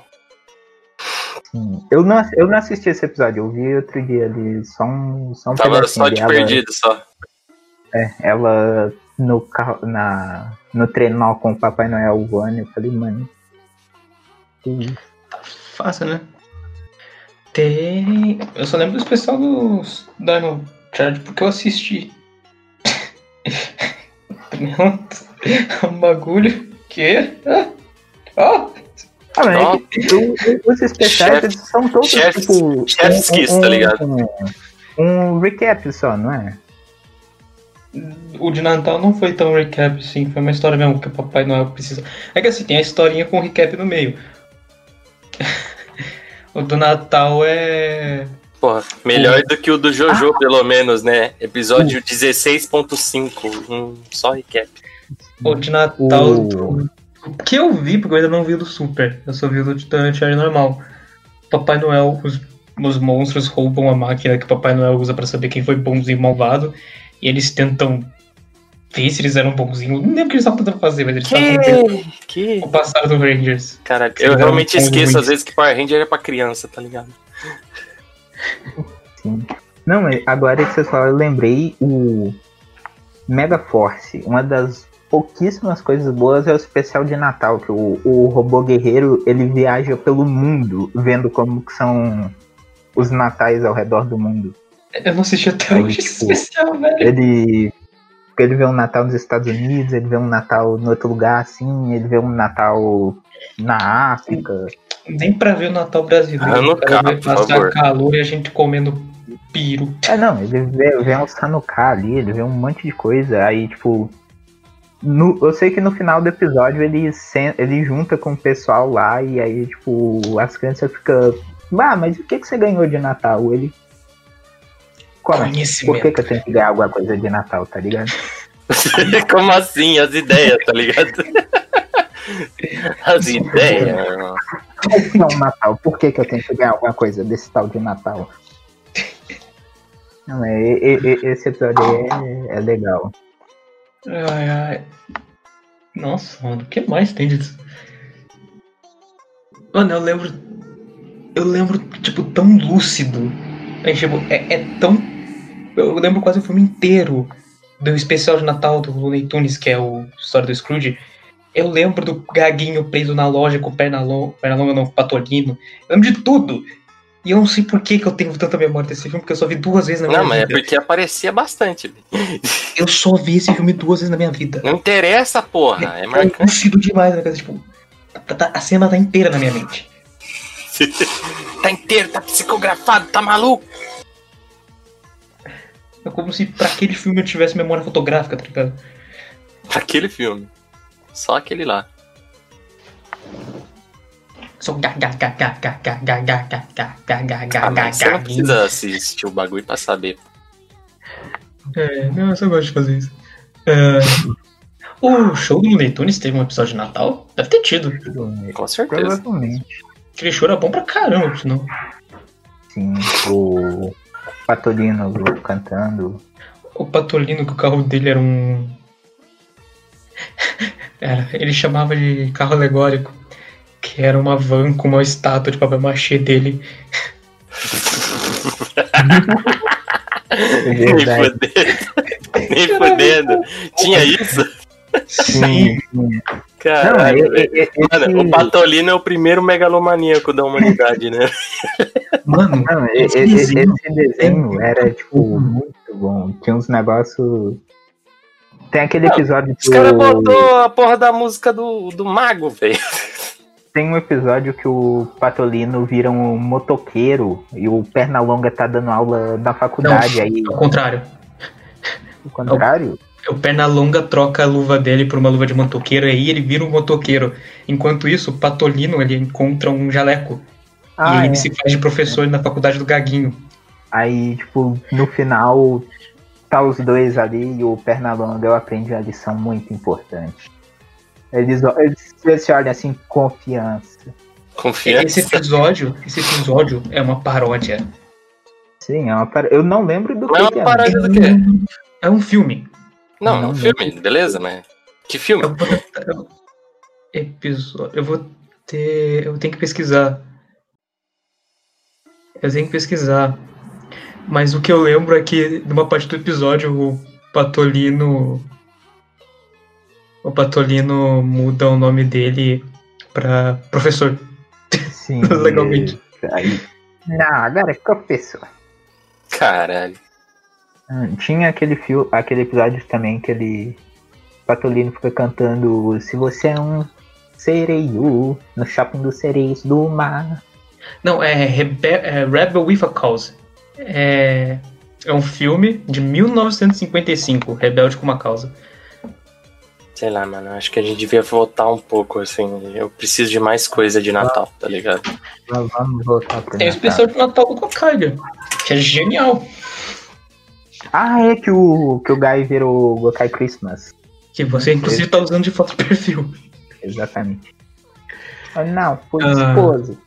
B: Sim. Eu, não, ass- eu não assisti esse episódio, eu vi outro dia ali, só um, só um
A: Tava
B: pedacinho
A: só de
B: dela.
A: perdido só.
B: Ela no, carro, na, no trenó com o Papai Noel voando. Eu falei, mano. que isso?
C: Fácil, né? Tem. Eu só lembro do especial do Dino Charge porque eu assisti. Pronto. É um bagulho que. Ah! Ah!
B: Ah, mas é que o- o- os especiais
A: Chefs-
B: eles são todos
A: chefs-
B: tipo.
A: chefs kiss, tá ligado?
B: Um, um recap só, não é?
C: O de Natal não foi tão recap assim, foi uma história mesmo que o Papai Noel precisa. É que assim, tem a historinha com o recap no meio. o do Natal é.
A: Porra, melhor do que o do Jojo, pelo menos, né? Episódio 16.5. Hum, só recap.
C: O de Natal.
B: O-
C: do- O que eu vi, porque eu ainda não vi o do Super. Eu só vi o do Titan Charlie normal. Papai Noel, os, os monstros roubam a máquina que o Papai Noel usa pra saber quem foi bonzinho e malvado. E eles tentam ver se eles eram bonzinhos. Não lembro o que eles estavam tentando fazer, mas eles estavam tentando
A: Que?
C: o passado do Rangers.
A: Cara, eu
C: Não,
A: realmente
C: não,
A: esqueço
C: não.
A: às vezes que Power Ranger é pra criança, tá ligado?
B: Sim. Não, mas agora é que vocês falaram, eu lembrei o Mega Force. Uma das pouquíssimas coisas boas é o especial de Natal, que o, o robô guerreiro ele viaja pelo mundo, vendo como que são os natais ao redor do mundo.
C: Eu não assisti até
A: Então,
B: Aí,
C: hoje esse
B: tipo,
C: especial, velho.
B: Ele. Ele vê um Natal nos Estados Unidos, ele vê um Natal em outro lugar assim, ele vê um Natal na África.
C: Nem pra ver o Natal brasileiro.
A: Ah, no
C: Eu quero
A: carro,
C: ver
A: por
C: passar
A: favor.
C: calor e a gente comendo piro.
B: É, não, ele vê, vê um Sanuká ali, ele vê um monte de coisa. Aí, tipo. no- eu sei que no final do episódio ele, sen- ele junta com o pessoal lá e aí, tipo, as crianças ficam. Ah, mas o que, que você ganhou de Natal? Ele. Como? Por
C: Conhecimento.
B: que, que eu tenho que ganhar alguma coisa de Natal, tá ligado?
A: Como assim? As ideias, tá ligado? As ideias, meu irmão.
B: Como que é um Natal? Por que, que eu tenho que ganhar alguma coisa desse tal de Natal? Não, é, e- e- e- esse episódio aí é, é legal.
C: Ai, ai. Nossa, mano, o que mais tem disso? Mano, eu lembro. Eu lembro, tipo, tão lúcido. É, tipo, é, é tão. Eu lembro quase o filme inteiro do especial de Natal do Looney Tunes, que é o História do Scrooge. Eu lembro do gaguinho preso na loja com perna longa, perna longa não, patolino. Eu lembro de tudo. E eu não sei por que, que eu tenho tanta memória desse filme, porque eu só vi duas vezes na minha
A: Não, mas é
C: vida.
A: porque aparecia bastante.
C: Eu só vi esse filme duas vezes na minha vida.
A: Não interessa, porra. É marcante.
C: É lúcido demais na minha cabeça, tipo, tá- tá- a cena tá inteira na minha mente.
A: Tá inteiro, tá psicografado, tá maluco?
C: É como se pra aquele filme eu tivesse memória fotográfica, tá ligado?
A: Aquele filme. Só aquele lá.
C: Só ga- ga- ga- ga- ga- ga- ga- ga- ga- ga- ga- ga- ga-
A: Ah, mas você
C: ga-
A: não precisa assistir o bagulho pra saber.
C: É, não, eu só gosto de fazer isso. É, O show do Looney Tunes teve um episódio de Natal? Deve ter tido.
A: Com certeza.
B: Provavelmente,
C: Aquele show era bom pra caramba, senão.
B: sim. O Patolino cantando.
C: O Patolino, que o carro dele era um. Era, ele chamava de carro alegórico, que era uma van com uma estátua de papel machê dele
B: É
A: Nem
B: verdade.
A: fudendo. Nem fudendo. Tinha isso?
C: Sim.
B: Não, é,
A: Caralho. velho.
B: é- é-
A: Mano, o Patolino é o primeiro megalomaníaco da humanidade, né?
C: Mano,
B: não, é- é- é-
C: esse
B: esse,
C: desenho-
B: desenho, era, tipo, muito bom. Tinha uns negócios. Tem aquele episódio
A: Os caras
B: do.
A: botou a porra da música do, do mago, velho.
B: Tem um episódio que o Patolino vira um motoqueiro e o Pernalonga tá dando aula da faculdade. aí,
C: ao contrário. é
B: ao contrário,
C: O Pernalonga troca a luva dele por uma luva de motoqueiro, e aí ele vira um motoqueiro. Enquanto isso, o Patolino ele encontra um jaleco. e
B: Ah,
C: ele
B: é.
C: se faz de professor na faculdade do Gaguinho.
B: aí, tipo, no final tá os dois ali e o Pernalonga eu aprendi uma lição muito importante. Eles, ó- eles, eles se olham assim, confiança.
A: Confiança.
C: Esse episódio, esse episódio é uma paródia.
B: Sim, é uma par... eu não lembro do
A: Mas é
B: que,
A: uma
B: que é.
A: parada- Paródia do quê?
C: É um filme.
A: Não, é
B: Não,
A: um
B: não.
A: filme, beleza, mas. Que filme?
C: Eu vou tentar- eu- Episódio. Eu vou ter. Eu tenho que pesquisar. Eu tenho que pesquisar. Mas o que eu lembro é que numa parte do episódio o Patolino o Patolino muda o nome dele pra professor.
B: Sim.
C: Legalmente.
B: Aí. Não, agora é professor.
A: Caralho.
B: Hum, Tinha aquele fio, aquele episódio também que ele. Patolino fica cantando Se você é um sereiu no shopping dos sereios do mar.
C: Não, é, Rebe é Rebel with a Cause. É, é um filme de 1955, Rebelde com uma Causa.
A: Sei lá, mano. Acho que a gente devia voltar um pouco, assim. Eu preciso de mais coisa de Natal, tá ligado?
B: Mas vamos voltar pro
C: Tem É o
B: Natal.
C: especial de Natal do Kokaiga, que é genial.
B: Ah, é que o, que o Guy virou Gokai Christmas.
C: Que você, inclusive, tá usando de foto perfil.
B: Exatamente. Ah, Não, foi
C: Ah.
B: esposo.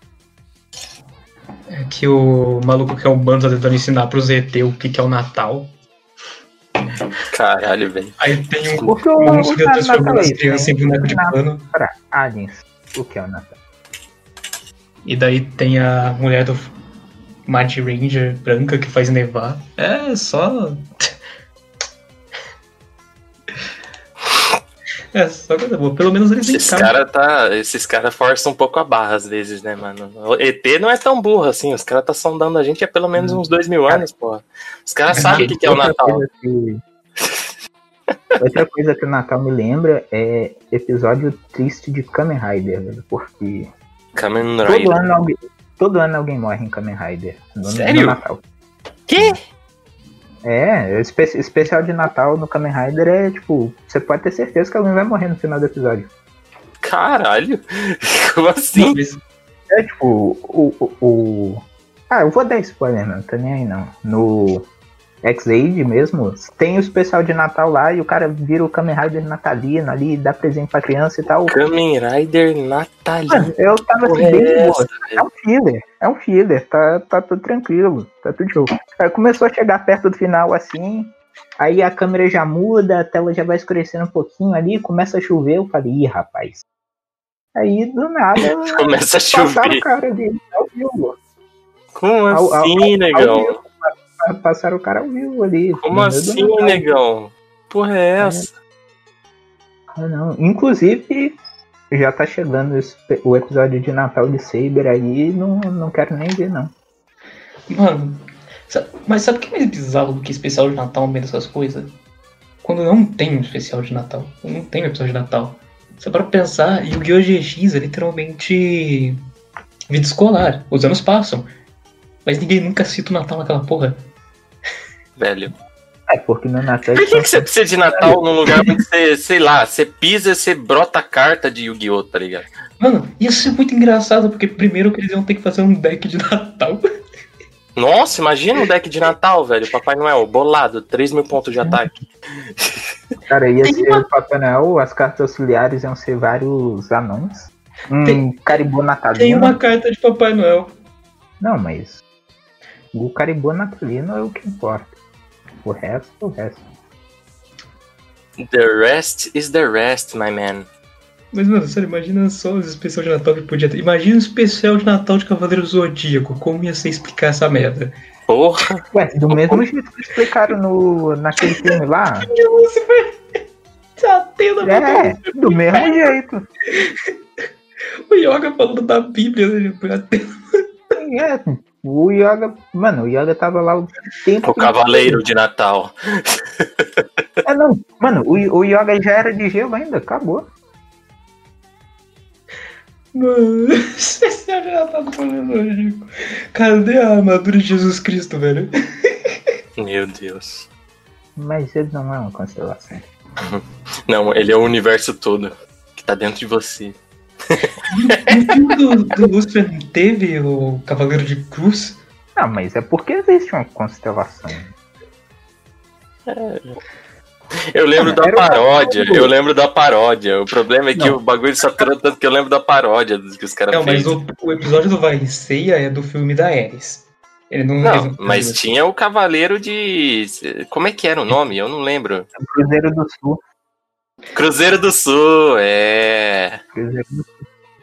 C: É que o maluco que é humano tá tentando ensinar pros ET o que, que é o Natal.
A: Caralho, velho.
C: Aí tem um
B: Porque o,
C: maluco que
B: o
C: transformando
B: Natal é
C: as
B: isso,
C: crianças
B: né?
C: em boneco de
B: Natal
C: pano.
B: pra aliens. O que é o Natal?
C: E daí tem a mulher do Mad Ranger branca que faz nevar. É, só. é, só coisa boa. Pelo menos eles
A: Esses
C: encaram.
A: caras tá, esses cara forçam um pouco a barra às vezes, né, mano? O ET não é tão burro assim. Os caras tá sondando a gente há pelo menos uns dois mil anos, porra. Os caras sabem o que, que é o
B: Hum. Outra
A: Natal.
B: coisa que- Outra coisa que o Natal me lembra é episódio triste de Kamen Rider, velho, porque
A: Kamen
B: todo
A: Rider.
B: ano, alguém, todo ano alguém morre em Kamen Rider. no- no
A: Sério?
B: Natal. assim?
A: Que?
B: É, espe especial de Natal no Kamen Rider é tipo, você pode ter certeza que alguém vai morrer no final do episódio.
A: Caralho. Como assim?
C: Não, mas-
B: É tipo, o, o, o- Ah, eu vou dar spoiler, não, tô nem aí não. No X-Aid mesmo, tem o especial de Natal lá e o cara vira o Kamen Rider natalino ali, dá presente pra criança e tal.
A: Kamen Rider Natalino.
B: Eu tava assim,
A: Porra,
B: bem
A: é
B: de boa.
A: essa, velho?
B: É um filler, é um filler, tá, tá tudo tranquilo, tá tudo jogo. Aí começou a chegar perto do final assim, aí a câmera já muda, a tela já vai escurecendo um pouquinho ali, começa a chover, eu falei, ih, rapaz. Aí do nada.
A: Começa a
B: Passaram o
A: chover.
B: cara dele, ao vivo.
A: Como
B: Ao- ao-
A: assim, negão?
B: Ah, Passaram o cara ao vivo ali.
A: Como
B: Meu
A: assim,
B: Deus,
A: negão? Porra é essa?
B: ah, não. Inclusive, já tá chegando esse- o episódio de Natal de Saber aí, não, não quero nem ver, não.
C: Mano, sa- mas sabe o que é mais bizarro do que especial de Natal no meio dessas coisas? Quando não tem um especial de Natal. Quando não tem um episódio de Natal. Só pra pensar, Yu-Gi-Oh! GX é literalmente vida escolar. Os anos passam. Mas ninguém nunca cita o Natal naquela porra.
A: Velho.
B: É, porque no Natal.
A: Por que, que você precisa de Natal num lugar onde você, sei lá, você pisa e você brota a carta de Yu-Gi-Oh!, tá ligado?
C: Mano, ia ser muito engraçado, porque primeiro que eles iam ter que fazer um deck de Natal.
A: Nossa, imagina um deck de Natal, velho. Papai Noel, bolado, 3 mil pontos de
B: É.
A: ataque.
B: Cara, ia
C: Tem
B: ser o Papai Noel, as cartas auxiliares iam ser vários anões. Um
C: Tem-
B: caribô natalino.
C: Tem uma carta de Papai Noel.
B: Não, mas. O caribô natalino é o que importa. O resto, o resto.
A: The rest is the rest, my man.
C: Mas, mano, sério, imagina só os especial de Natal que podia ter. Imagina o especial de Natal de Cavaleiro Zodíaco. Como ia ser explicar essa merda?
A: Porra,
B: Ué, do mesmo jeito que explicaram no, naquele filme lá,
C: Que você vai. Tá tendo
B: É, do mesmo jeito.
C: O Yoga falando da Bíblia. Né? Atena.
B: É, o Yoga. Mano, o Yoga tava lá o tempo.
A: o cavaleiro de Natal.
B: É, não. Mano, o, o Yoga já era de gelo ainda, acabou.
C: Mano, especial de Natal do Cavaleiro Zodíaco. tá Cadê a armadura de Jesus Cristo, velho?
A: Meu Deus.
B: Mas ele não é uma constelação.
A: Não, ele é o universo todo que tá dentro de você.
C: No filme do, do Lúcifer teve o Cavaleiro de Cruz.
B: Ah, mas é porque existe uma constelação.
A: Eu lembro da
B: Era uma-
A: paródia, eu lembro da paródia. O problema é que
B: Não.
A: o bagulho saturou tanto que eu lembro da paródia dos que os caras
C: Não, mas
A: fez.
C: o, o episódio do Valencia é do filme da Ares. Ele não.
A: Não,
C: ele-
A: mas tinha o cavaleiro de. Como é que era o nome? Eu não lembro.
B: O Cruzeiro do Sul.
A: Cruzeiro do Sul, é.
B: Cruzeiro do Sul.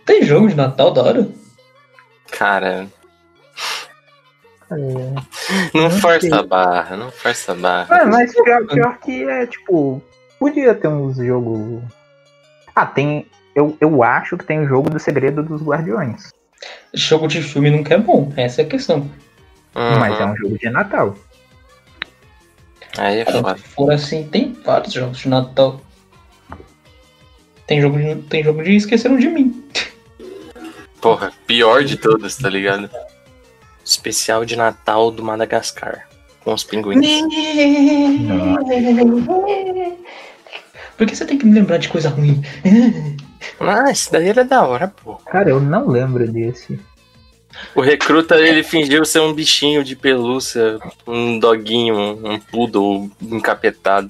C: Tem jogo de Natal da hora?
A: Cara,
B: É.
A: Não
B: Não
A: força
B: sei.
A: a barra, não força a barra.
B: Ah, mas pior, pior que é, tipo, podia ter uns jogo Ah, tem. Eu, eu acho que tem o jogo do Segredo dos Guardiões.
C: Jogo de filme nunca é bom, essa é a questão.
A: Uhum.
B: Mas é um jogo de Natal.
A: Aí é
C: Cara,
A: foda.
C: se for assim, tem vários jogos de Natal. Tem jogo de, tem jogo de Esqueceram de Mim.
A: Porra, pior de todos, tá ligado? Especial de Natal do Madagascar. Com os pinguins.
C: Por que você tem que me lembrar de coisa ruim?
A: Ah, esse daí era da hora, pô.
B: Cara, eu não lembro desse.
A: O recruta, ele fingiu ser um bichinho de pelúcia, um doguinho, um poodle encapetado.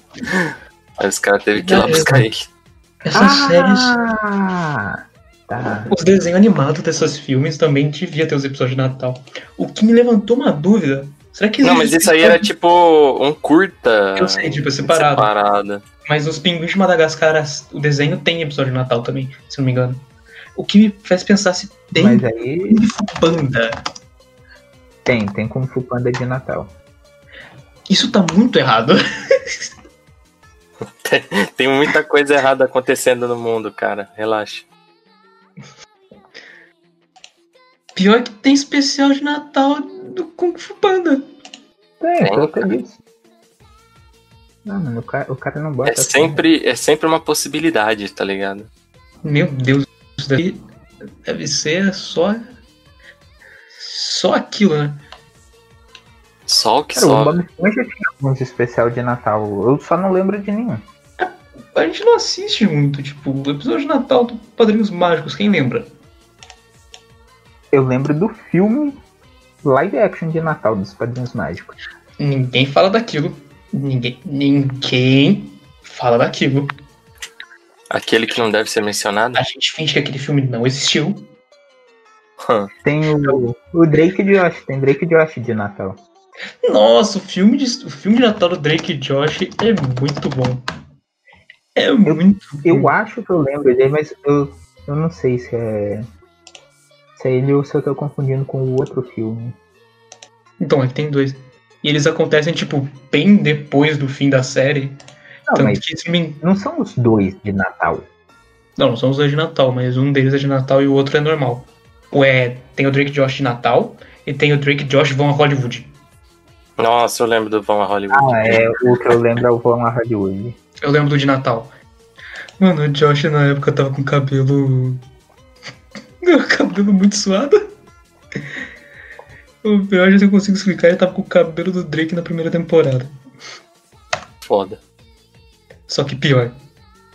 A: Aí os caras teve que ir lá buscar ele.
C: Essas séries,
B: Ah! Tá.
C: os desenhos animados desses filmes também devia ter os episódios de Natal. O que me levantou uma dúvida. Será que
A: Não,
C: existe
A: mas
C: esse
A: isso aí era Ah, tipo um curta.
C: Eu sei, tipo, é separado.
A: Separada.
C: Mas os pinguins de Madagascar, as- o desenho tem episódio de Natal também, se não me engano. O que me faz pensar se tem
B: Mas aí
C: Kung Fu Panda.
B: tem, tem Kung Fu Panda de Natal.
C: Isso tá muito errado.
A: Tem muita coisa errada acontecendo no mundo, cara. Relaxa.
C: Pior que tem especial de Natal do Kung Fu Panda.
B: Tem,
A: Tem,
B: É, coloca disso. Não, mano, o cara, o cara não bota. assim.
A: É sempre, é sempre uma possibilidade, tá ligado?
C: Meu Deus, isso daqui deve ser só. Só aquilo, né?
A: Só o que
B: Cara, o
A: só.
B: Bob Esponja tinha alguns especial de Natal. Eu só não lembro de nenhum.
C: A gente não assiste muito, tipo, o episódio de Natal do Padrinhos Mágicos, quem lembra?
B: Eu lembro do filme live action de Natal dos Padrinhos Mágicos.
C: Ninguém fala daquilo. Ninguém. Ninguém fala daquilo.
A: Aquele que não deve ser mencionado.
C: A gente finge que aquele filme não existiu.
B: Tem o, o Drake e Josh, tem Drake e Josh de Natal.
C: Nossa, o filme de, o filme de Natal do Drake e Josh é muito bom. É muito
B: Eu acho que eu lembro dele, mas eu, eu não sei se é. Se é ele ou se eu tô confundindo com o outro filme.
C: Então, é que tem dois. E eles acontecem, tipo, bem depois do fim da série.
B: Não,
C: tanto
B: Ah, mas
C: que se me...
B: não são os dois de Natal.
C: Não, não são os dois de Natal, mas um deles é de Natal e o outro é normal. Ué, tem o Drake e Josh de Natal e tem o Drake e Josh vão a Hollywood.
A: Nossa, eu lembro do Vão a Hollywood.
B: Ah, é o que eu lembro é o Vão Arra de hoje.
C: Eu lembro do de Natal. Mano, o Josh na época tava com cabelo. cabelo muito suado. O pior é se eu consigo explicar, ele tava com o cabelo do Drake na primeira temporada.
A: Foda.
C: Só que pior.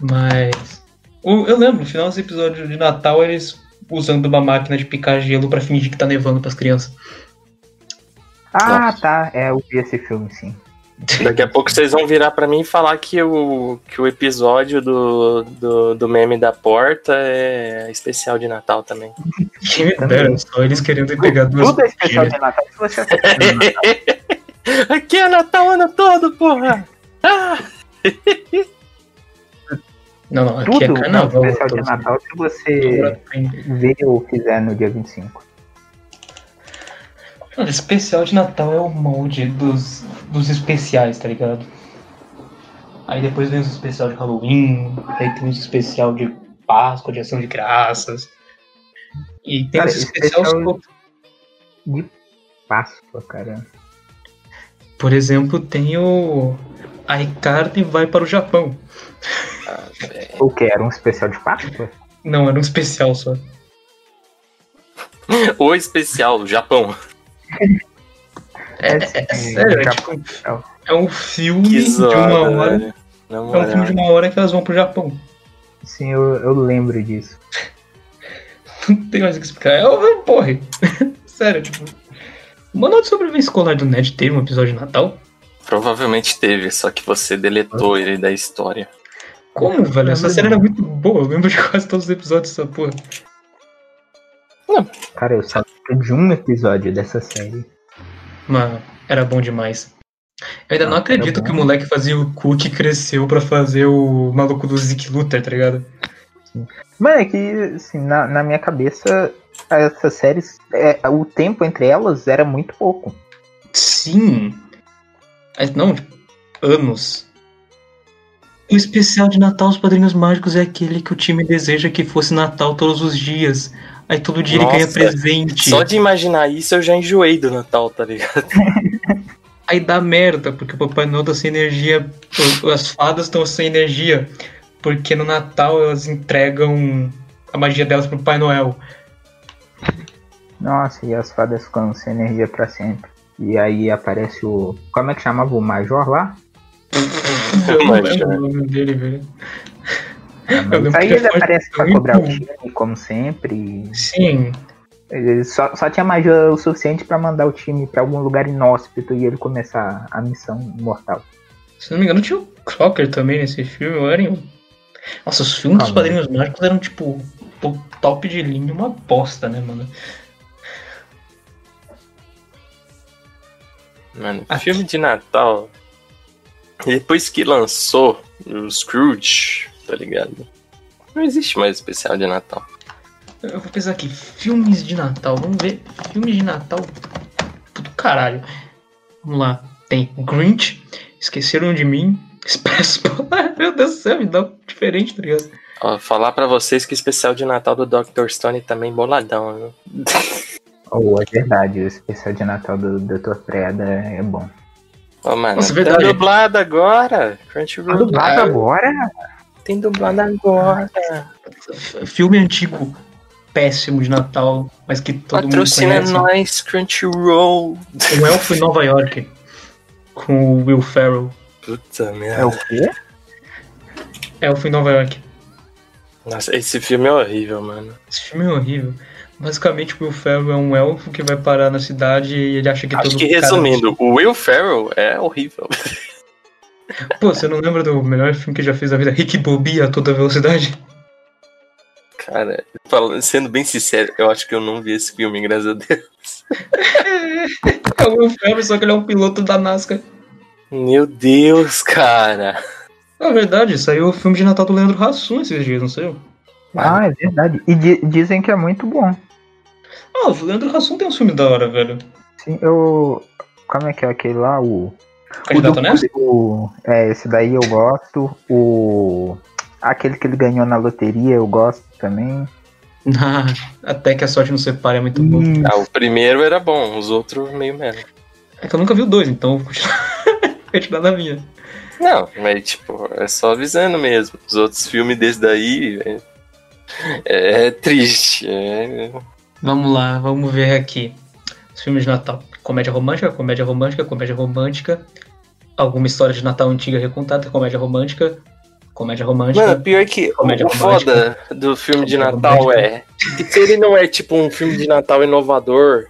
C: Mas. o- Eu lembro, no final desse episódio de Natal, eles usando uma máquina de picar gelo pra fingir que tá nevando pras crianças.
B: Ah,
A: Nossa.
B: tá. É, eu vi esse filme, sim.
A: Daqui a pouco vocês vão virar pra mim e falar que o, que o episódio do, do, do meme da porta é especial de Natal também.
C: Que me deram, só eles querendo pegar duas.
B: Tudo é especial de Natal. Se você assistir no Natal,
A: Aqui é Natal o ano todo, porra! Ah!
C: Não, não, aqui
B: tudo
C: é
B: é um
C: carnaval.
B: especial de
C: tô-
B: Natal se você ver ou fizer no dia 25.
C: Mano, especial de Natal é o molde dos, dos especiais, tá ligado? Aí depois vem os especial de Halloween, aí tem os especial de Páscoa, de Ação de Graças. E tem
B: Cara,
C: os especial,
B: especial- Páscoa, cara.
C: Por exemplo, tem o A iCarly vai para o Japão.
B: Ou que era um especial de Páscoa?
C: Não, era um especial só.
A: O especial, Japão.
B: É,
C: É
B: sim,
C: sério, é,
B: já-
C: tipo,
B: Japão.
C: é um filme
A: Que
C: de
A: zoada, né?
C: uma hora.
A: velho. Na
C: É um filme
A: moral.
C: de uma hora que elas vão pro Japão.
B: Sim, eu, eu lembro disso.
C: Não tem mais o que explicar. É o é o porre. Sério, tipo. O Manual de Sobrevivência Escolar do Ned teve um episódio de Natal?
A: Provavelmente teve, só que você deletou ele da história.
C: Como, velho? Essa
B: lembro
C: série
B: não.
C: era muito boa. Eu lembro de quase todos os episódios dessa porra.
B: Cara, eu só lembro de um episódio dessa série.
C: Mano, era bom demais. Eu ainda não
B: Ah, era
C: acredito
B: bom.
C: que o moleque fazia o Cook cresceu pra fazer o maluco do Zeke Luther, tá ligado?
B: Mano, é que, assim, na, na minha cabeça, essas séries, é, o tempo entre elas era muito pouco.
C: É, Sim. Mas não, tipo, anos. O especial de Natal, os Padrinhos Mágicos, é aquele que o time deseja que fosse Natal todos os dias. Aí todo dia ele ganha
A: Nossa,
C: presente.
A: Só de imaginar isso eu já enjoei do Natal, tá ligado?
C: Aí dá merda, porque o Papai Noel tá sem energia. o- As fadas estão sem energia. Porque no Natal elas entregam a magia delas pro Papai Noel.
B: Nossa, e as fadas ficam sem energia pra sempre. E aí aparece o. Como é que chamava o Major lá?
C: Eu não
A: Mas,
C: lembro Então,
A: né?
C: é o nome dele, velho. Eu lembro
B: Mas aí
C: que
B: ele
C: foi
B: aparece pra
C: muito
B: cobrar o
C: bom.
B: time, como sempre. e
C: Sim,
B: ele Só, só tinha Major o suficiente pra mandar o time pra algum lugar inóspito e ele começar a missão mortal.
C: se não me engano, tinha o Crocker também nesse filme, ou era em- um- Nossa, os filmes dos
B: Ah,
C: Padrinhos Mágicos eram tipo o top de linha, uma bosta, né, mano?
A: Mano, filme de Natal. Depois que lançou o Scrooge, tá ligado? Não existe mais especial de Natal.
C: Eu vou pensar aqui, filmes de Natal, vamos ver. Filmes de Natal do caralho. Vamos lá, tem Grinch, Esqueceram de Mim, Expresso Polar. Meu Deus do céu, me dá um diferente, tá ligado?
A: Ó, falar pra vocês que o especial de Natal do Dr. Stone também boladão, né?
B: Ou é verdade, o especial de Natal do Dr. Preda é bom.
A: Ó, mano,
C: Nossa, é
A: tá
C: verdade.
A: dublado agora. Crunchyroll. É.
B: Dublado agora?
A: Tem dublado agora.
C: F- Filme antigo, péssimo de Natal, mas que todo
A: Patrocina
C: mundo conhece.
A: nós, Crunchyroll.
C: Um Elfo em Nova York, com o Will Ferrell.
A: Puta merda.
B: É o quê?
C: Elfo em Nova York.
A: Nossa, esse filme é horrível, mano.
C: Esse filme é horrível. Basicamente, o Will Ferrell é um elfo que vai parar na cidade e ele acha que
A: Acho
C: todo
A: que
C: cara-
A: resumindo, o Will Ferrell é horrível.
C: Pô, você não lembra do melhor filme que já fez na vida? Rick Bobby a toda velocidade?
A: Cara, falando- sendo bem sincero, eu acho que eu não vi esse filme, graças a Deus.
C: É o Will Ferrell, só que ele é um piloto da NASCAR.
A: Meu Deus, cara.
C: Na É verdade, saiu o filme de Natal do Leandro Hassum esses dias, não sei?
B: Ah, é verdade. E di- dizem que é muito bom.
C: Ah, o Leandro Hassum tem um filme da hora, velho.
B: Sim, eu. Como é que é aquele lá? O.
C: Candidato né?
B: o do-
C: honesto?
B: o- É, esse daí eu gosto. O. Aquele que ele ganhou na loteria eu gosto também.
C: Ah, até que a sorte não separe é muito bom.
A: Ah, o primeiro era bom, os outros meio menos.
C: É que eu nunca vi o dois, então eu vou continuar, vou continuar na minha.
A: Não, mas tipo, é só avisando mesmo. Os outros filmes desse daí é, é triste. é-
C: Vamos lá, vamos ver aqui. Os filmes de Natal. Comédia romântica, comédia romântica, comédia romântica. Alguma história de Natal antiga recontada, comédia romântica, comédia romântica.
A: Mano, pior que
C: Comédia
A: o foda do filme de
C: Comédia
A: Natal é que se ele não é tipo um filme de Natal inovador,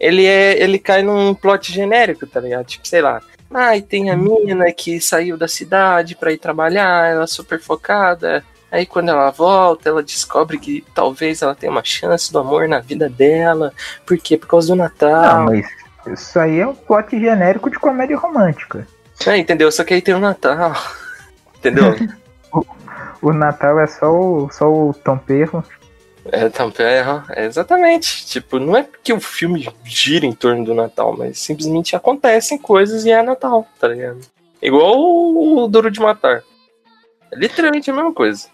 A: ele é ele cai num plot genérico, tá ligado? Tipo, sei lá, ai, tem a mina que saiu da cidade pra ir trabalhar, ela é super focada. Aí quando ela volta, ela descobre que talvez ela tenha uma chance do amor na vida dela. Por quê? Por causa do
B: Não,
A: Natal.
B: Ah, mas isso aí é um plot genérico de comédia romântica.
A: É, entendeu? Só que aí tem o Natal. Entendeu?
B: O Natal é só o, só o Tom Perro.
A: É, tampa- é, ó, é, exatamente. Tipo, não é porque o filme gira em torno do Natal, mas simplesmente acontecem coisas e é Natal, tá ligado? Igual o o Duro de Matar. É literalmente a mesma coisa.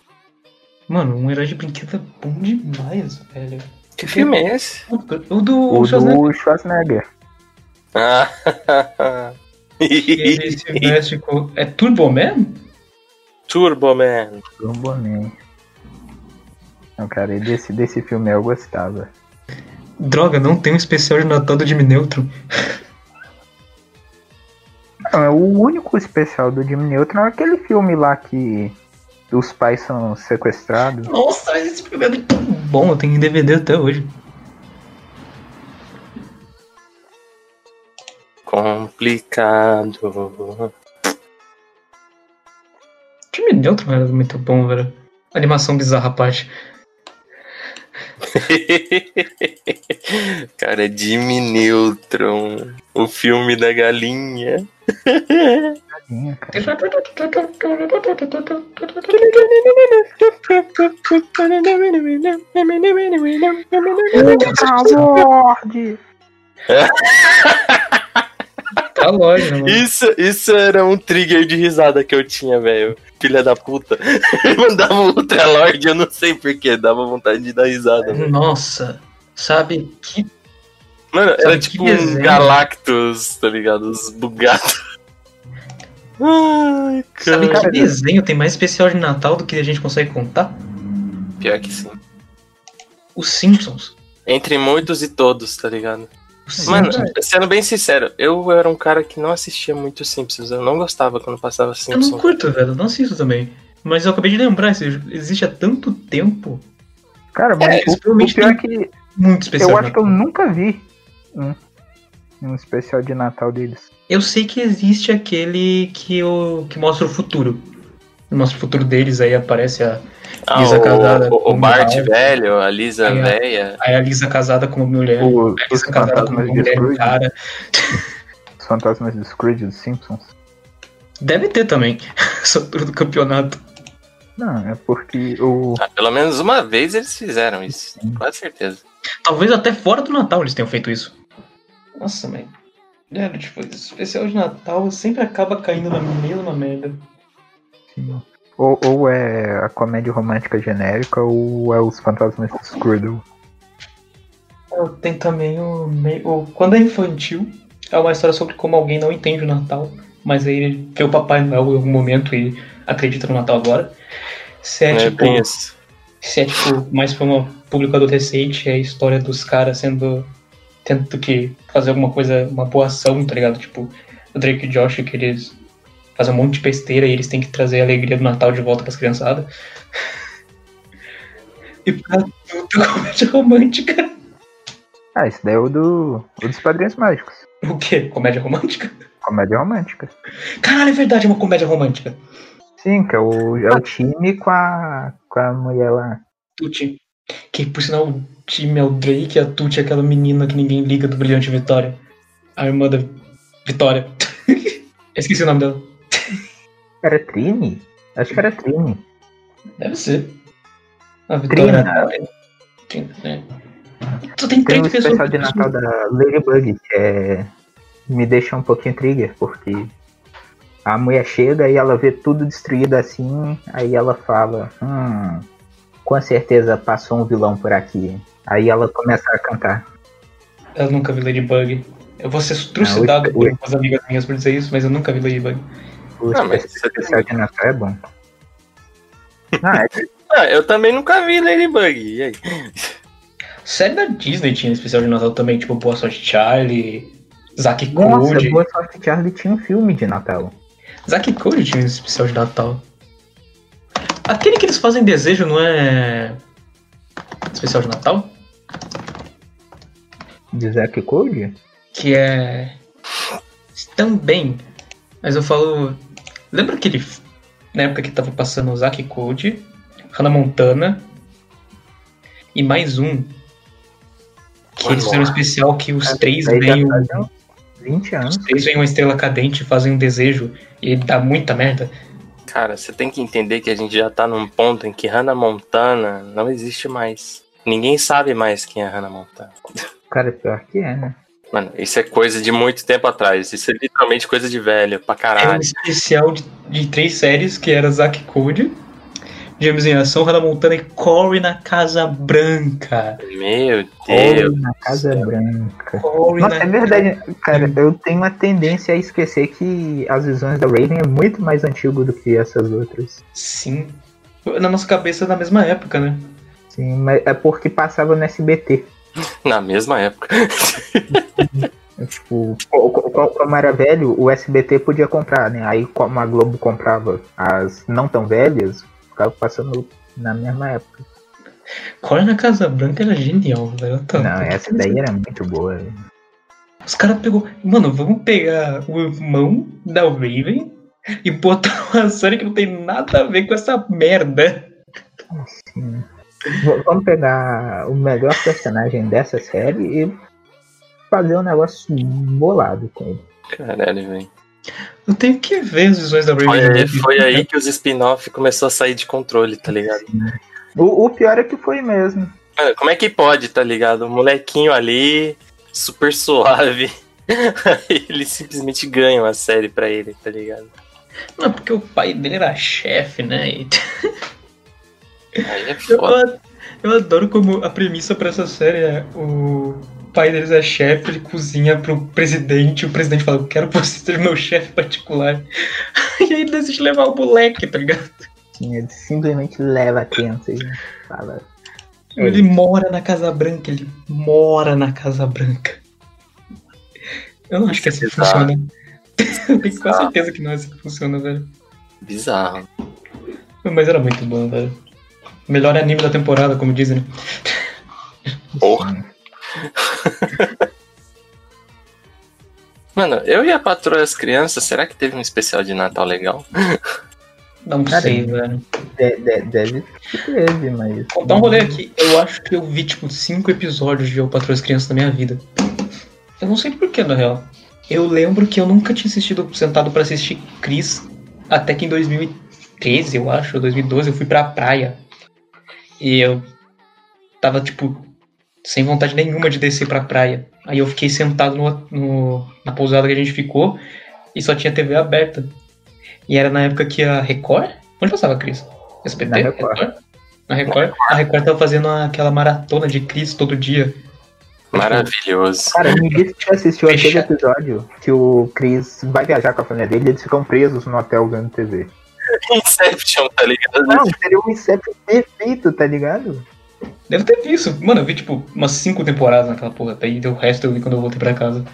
C: Mano, um herói de brinquedo é bom demais, velho.
A: Que filme é esse?
C: O do
B: O
C: Schwarzenegger.
B: do Schwarzenegger.
A: Ah,
C: Ele se veste com... É Turbo Man?
A: Turbo Man.
B: Turboman. Não, cara, desse, desse filme eu gostava.
C: Droga, não tem um especial de Natal do Jimmy Neutron.
B: Não, é o único especial do Jimmy Neutron é aquele filme lá que os pais são sequestrados.
C: Nossa, mas esse filme é muito bom. Eu tenho em DVD até hoje.
A: Complicado.
C: Jimmy Neutron era muito bom, velho. Animação bizarra à parte.
A: Cara, é Jimmy Neutron. O filme da galinha.
B: Tadinha, assim, cara. Puta, Lorde!
C: a loja, mano.
A: Isso, isso era um trigger de risada que eu tinha, velho. Filha da puta. Mandava um Ultralord, eu não sei porquê, dava vontade de dar risada.
C: É.
A: velho.
C: Nossa, sabe que.
A: Mano,
C: Sabe
A: era
C: que
A: tipo um
C: desenho?
A: Galactus, tá ligado? Os bugados. Ai,
C: Sabe que
A: cara.
B: Cara,
C: desenho tem mais especial de Natal do que a gente consegue contar?
A: é Pior que sim.
C: Os Simpsons.
A: Entre muitos e todos, tá ligado?
C: Os
A: Mano,
C: Simpsons.
A: sendo bem sincero, eu era um cara que não assistia muito Simpsons. Eu não gostava quando passava
C: Eu não
A: Simpsons.
C: curto, velho. eu Não assisto também. Mas eu acabei de lembrar, isso existe há tanto tempo.
B: Cara, mas
C: É,
B: o,
C: isso realmente
B: o pior é que
C: Muito especial.
B: eu
C: de
B: acho que eu
C: Natal.
B: nunca vi um, um especial de Natal deles.
C: Eu sei que existe aquele que, o, que mostra o futuro. Mostra o futuro deles, aí aparece a,
A: Ah,
C: Lisa casada
A: o, o, o
C: com
A: Bart
C: Miles.
A: velho, a Lisa
C: É.
A: velha.
C: aí a Lisa casada com uma mulher.
B: O- tá
C: a
B: os
C: Lisa casada com uma
B: fantasmas de
C: mulher e um
B: Scrooge,
C: cara.
B: os fantasmas de Scrooge dos Simpsons.
C: Deve ter também. Essa altura do campeonato.
B: Não, é porque o
A: Ah, pelo menos uma vez eles fizeram isso,
B: Sim.
A: quase certeza.
C: Talvez até fora do Natal eles tenham feito isso. Nossa, mãe. Velho, tipo, esse especial de Natal sempre acaba caindo na mesma merda.
B: ou, ou é a comédia romântica genérica ou é os fantasmas de Scrooge.
C: Eu tenho também o, me- o- Quando é infantil, é uma história sobre como alguém não entende o Natal, mas aí ele vê o Papai Noel em algum momento e acredita no Natal agora. Se é,
A: É,
C: tipo,
A: bem isso.
C: se é tipo, mais pra um público adolescente, é a história dos caras sendo. tendo que fazer alguma coisa, uma boa ação, tá ligado? Tipo, o Drake e Josh que eles fazem um monte de besteira e eles têm que trazer a alegria do Natal de volta pras criançadas. E pra adulto, comédia romântica.
B: Ah, esse daí é o, do, o dos Padrinhos Mágicos.
C: O quê? Comédia romântica?
B: Comédia romântica.
C: Caralho, é verdade, é uma comédia romântica.
B: Sim, que é o,
C: Ah.
B: é o time com a, com a mulher lá.
C: Tucci. Que por sinal o time é o Drake e a Tucci é aquela menina que ninguém liga do Brilhante Vitória. A irmã da Vitória. Eu Esqueci o nome dela.
B: Era Trini? Acho que era Trini.
C: Deve ser. A Vitória. Trina, né? Só tem
B: Tem
C: três
B: um
C: pessoas.
B: especial de Natal da Ladybug, que é... me deixa um pouquinho trigger, porque a mulher chega e ela vê tudo destruído assim, aí ela fala, hum, com certeza passou um vilão por aqui. Aí ela começa a cantar.
C: Eu nunca vi Ladybug. Eu vou ser trucidado
B: Ah, oi,
C: por
B: oi.
C: umas amigas minhas por dizer isso, mas eu nunca vi Ladybug.
B: O
A: Ah, mas
B: especial especial de Natal é bom. Não, é que
A: Ah, eu também nunca vi Ladybug. E aí?
C: Série da Disney tinha especial de Natal também, tipo Boa Sorte Charlie, Zack
B: nossa,
C: Cody.
B: boa sorte Charlie tinha um filme de Natal.
C: Zack Cody tinha um especial de Natal. Aquele que eles fazem desejo não é. Especial de Natal?
B: De Zack Cody?
C: Que é. Também. Mas eu falo. Lembra aquele. f- Na época que tava passando o Zack Cody, Hannah Montana. E mais um. Que eles fizeram um especial que os três
B: É, Daí já tá
C: veem um-
B: fazem uns 20 anos.
C: Os três veem uma estrela cadente e fazem um desejo. E dá muita merda.
A: Cara, você tem que entender que a gente já tá num ponto em que Hannah Montana não existe mais. Ninguém sabe mais quem é Hannah Montana.
B: Cara, pior que é, né?
A: Mano, isso é coisa de muito tempo atrás. Isso é literalmente coisa de velho, pra
C: Era um
A: caralho.
C: especial de, de três séries, que era Zack Code, James em Ação, Hannah Montana e Corey na Casa Branca.
A: Meu Deus.
B: Ouro na Casa Branca.
C: Corey
B: Nossa,
C: na
B: é verdade, cara, eu tenho uma tendência a esquecer que as visões da Raven é muito mais antigo do que essas outras.
C: Sim. Na nossa cabeça na mesma época, né?
B: Sim, mas é porque passava no SBT.
A: Na mesma época.
B: É Tipo, co- co- co- como era velho, o SBT podia comprar, né? Aí como a Globo comprava as não tão velhas, ficava passando na mesma época.
C: Corey na Casa Branca era genial, velho. Eu tô-
B: Não, essa daí era muito boa. né?
C: Os caras pegou. Mano, vamos pegar o irmão da Raven e botar uma série que não tem nada a ver com essa merda.
B: Sim. V- Vamos pegar o melhor personagem dessa série e fazer um negócio bolado com ele.
A: Caralho, velho.
C: Eu tenho que ver as visões da Raven.
A: Foi, aí- foi aí que os spin-off começou a sair de controle, tá ligado?
B: O, o pior é que foi mesmo.
A: Mano, como é que pode, tá ligado? O molequinho ali, super suave. ele simplesmente ganha uma série pra ele, tá ligado?
C: Não, porque o pai dele era chefe, né? E
A: Aí é
C: Eu,
A: foda.
C: a- eu adoro como a premissa pra essa série é o pai deles é chefe, ele cozinha pro presidente, o presidente fala, eu quero que você seja meu chefe particular. E aí ele decide levar o moleque, tá ligado?
B: Sim, ele simplesmente leva a criança e fala. Oi.
C: Ele mora na Casa Branca, ele mora na Casa Branca. Eu não acho que assim
A: é Bizarro.
C: funciona. Eu tenho quase certeza que não é assim que funciona, velho.
A: Bizarro.
C: Mas era muito bom, velho. Melhor anime da temporada, como dizem, né?
A: Porra.
B: "Sim,
A: Mano, eu e a patroa e as crianças, será que teve um especial de Natal legal?
C: Não
B: Cara,
C: sei, velho.
B: de- de- deve que teve, mas.
C: Contar um rolê aqui. Eu acho que eu vi, tipo, cinco episódios de Eu Patrulho as Crianças na minha vida. Eu não sei porquê, na real. Eu lembro que eu nunca tinha assistido sentado pra assistir Cris, até que em 2013, eu acho, ou 2012, eu fui pra praia. E eu tava, tipo, sem vontade nenhuma de descer pra praia. Aí eu fiquei sentado no, no- na pousada que a gente ficou e só tinha TV aberta. E era na época que a Record. Onde passava a Cris? SBT?
B: Na Record.
C: Na Record? A Record tava fazendo aquela maratona de Cris todo dia.
A: Maravilhoso.
B: Cara, me disse que você assistiu aquele
C: Fecha.
B: episódio que o Chris vai viajar com a família dele e eles ficam presos no hotel vendo TV.
A: Inception, tá ligado?
B: Não, seria um inception perfeito, tá ligado?
C: Deve ter visto. Mano, eu vi tipo umas cinco temporadas naquela porra. Daí o resto eu vi quando eu voltei pra casa.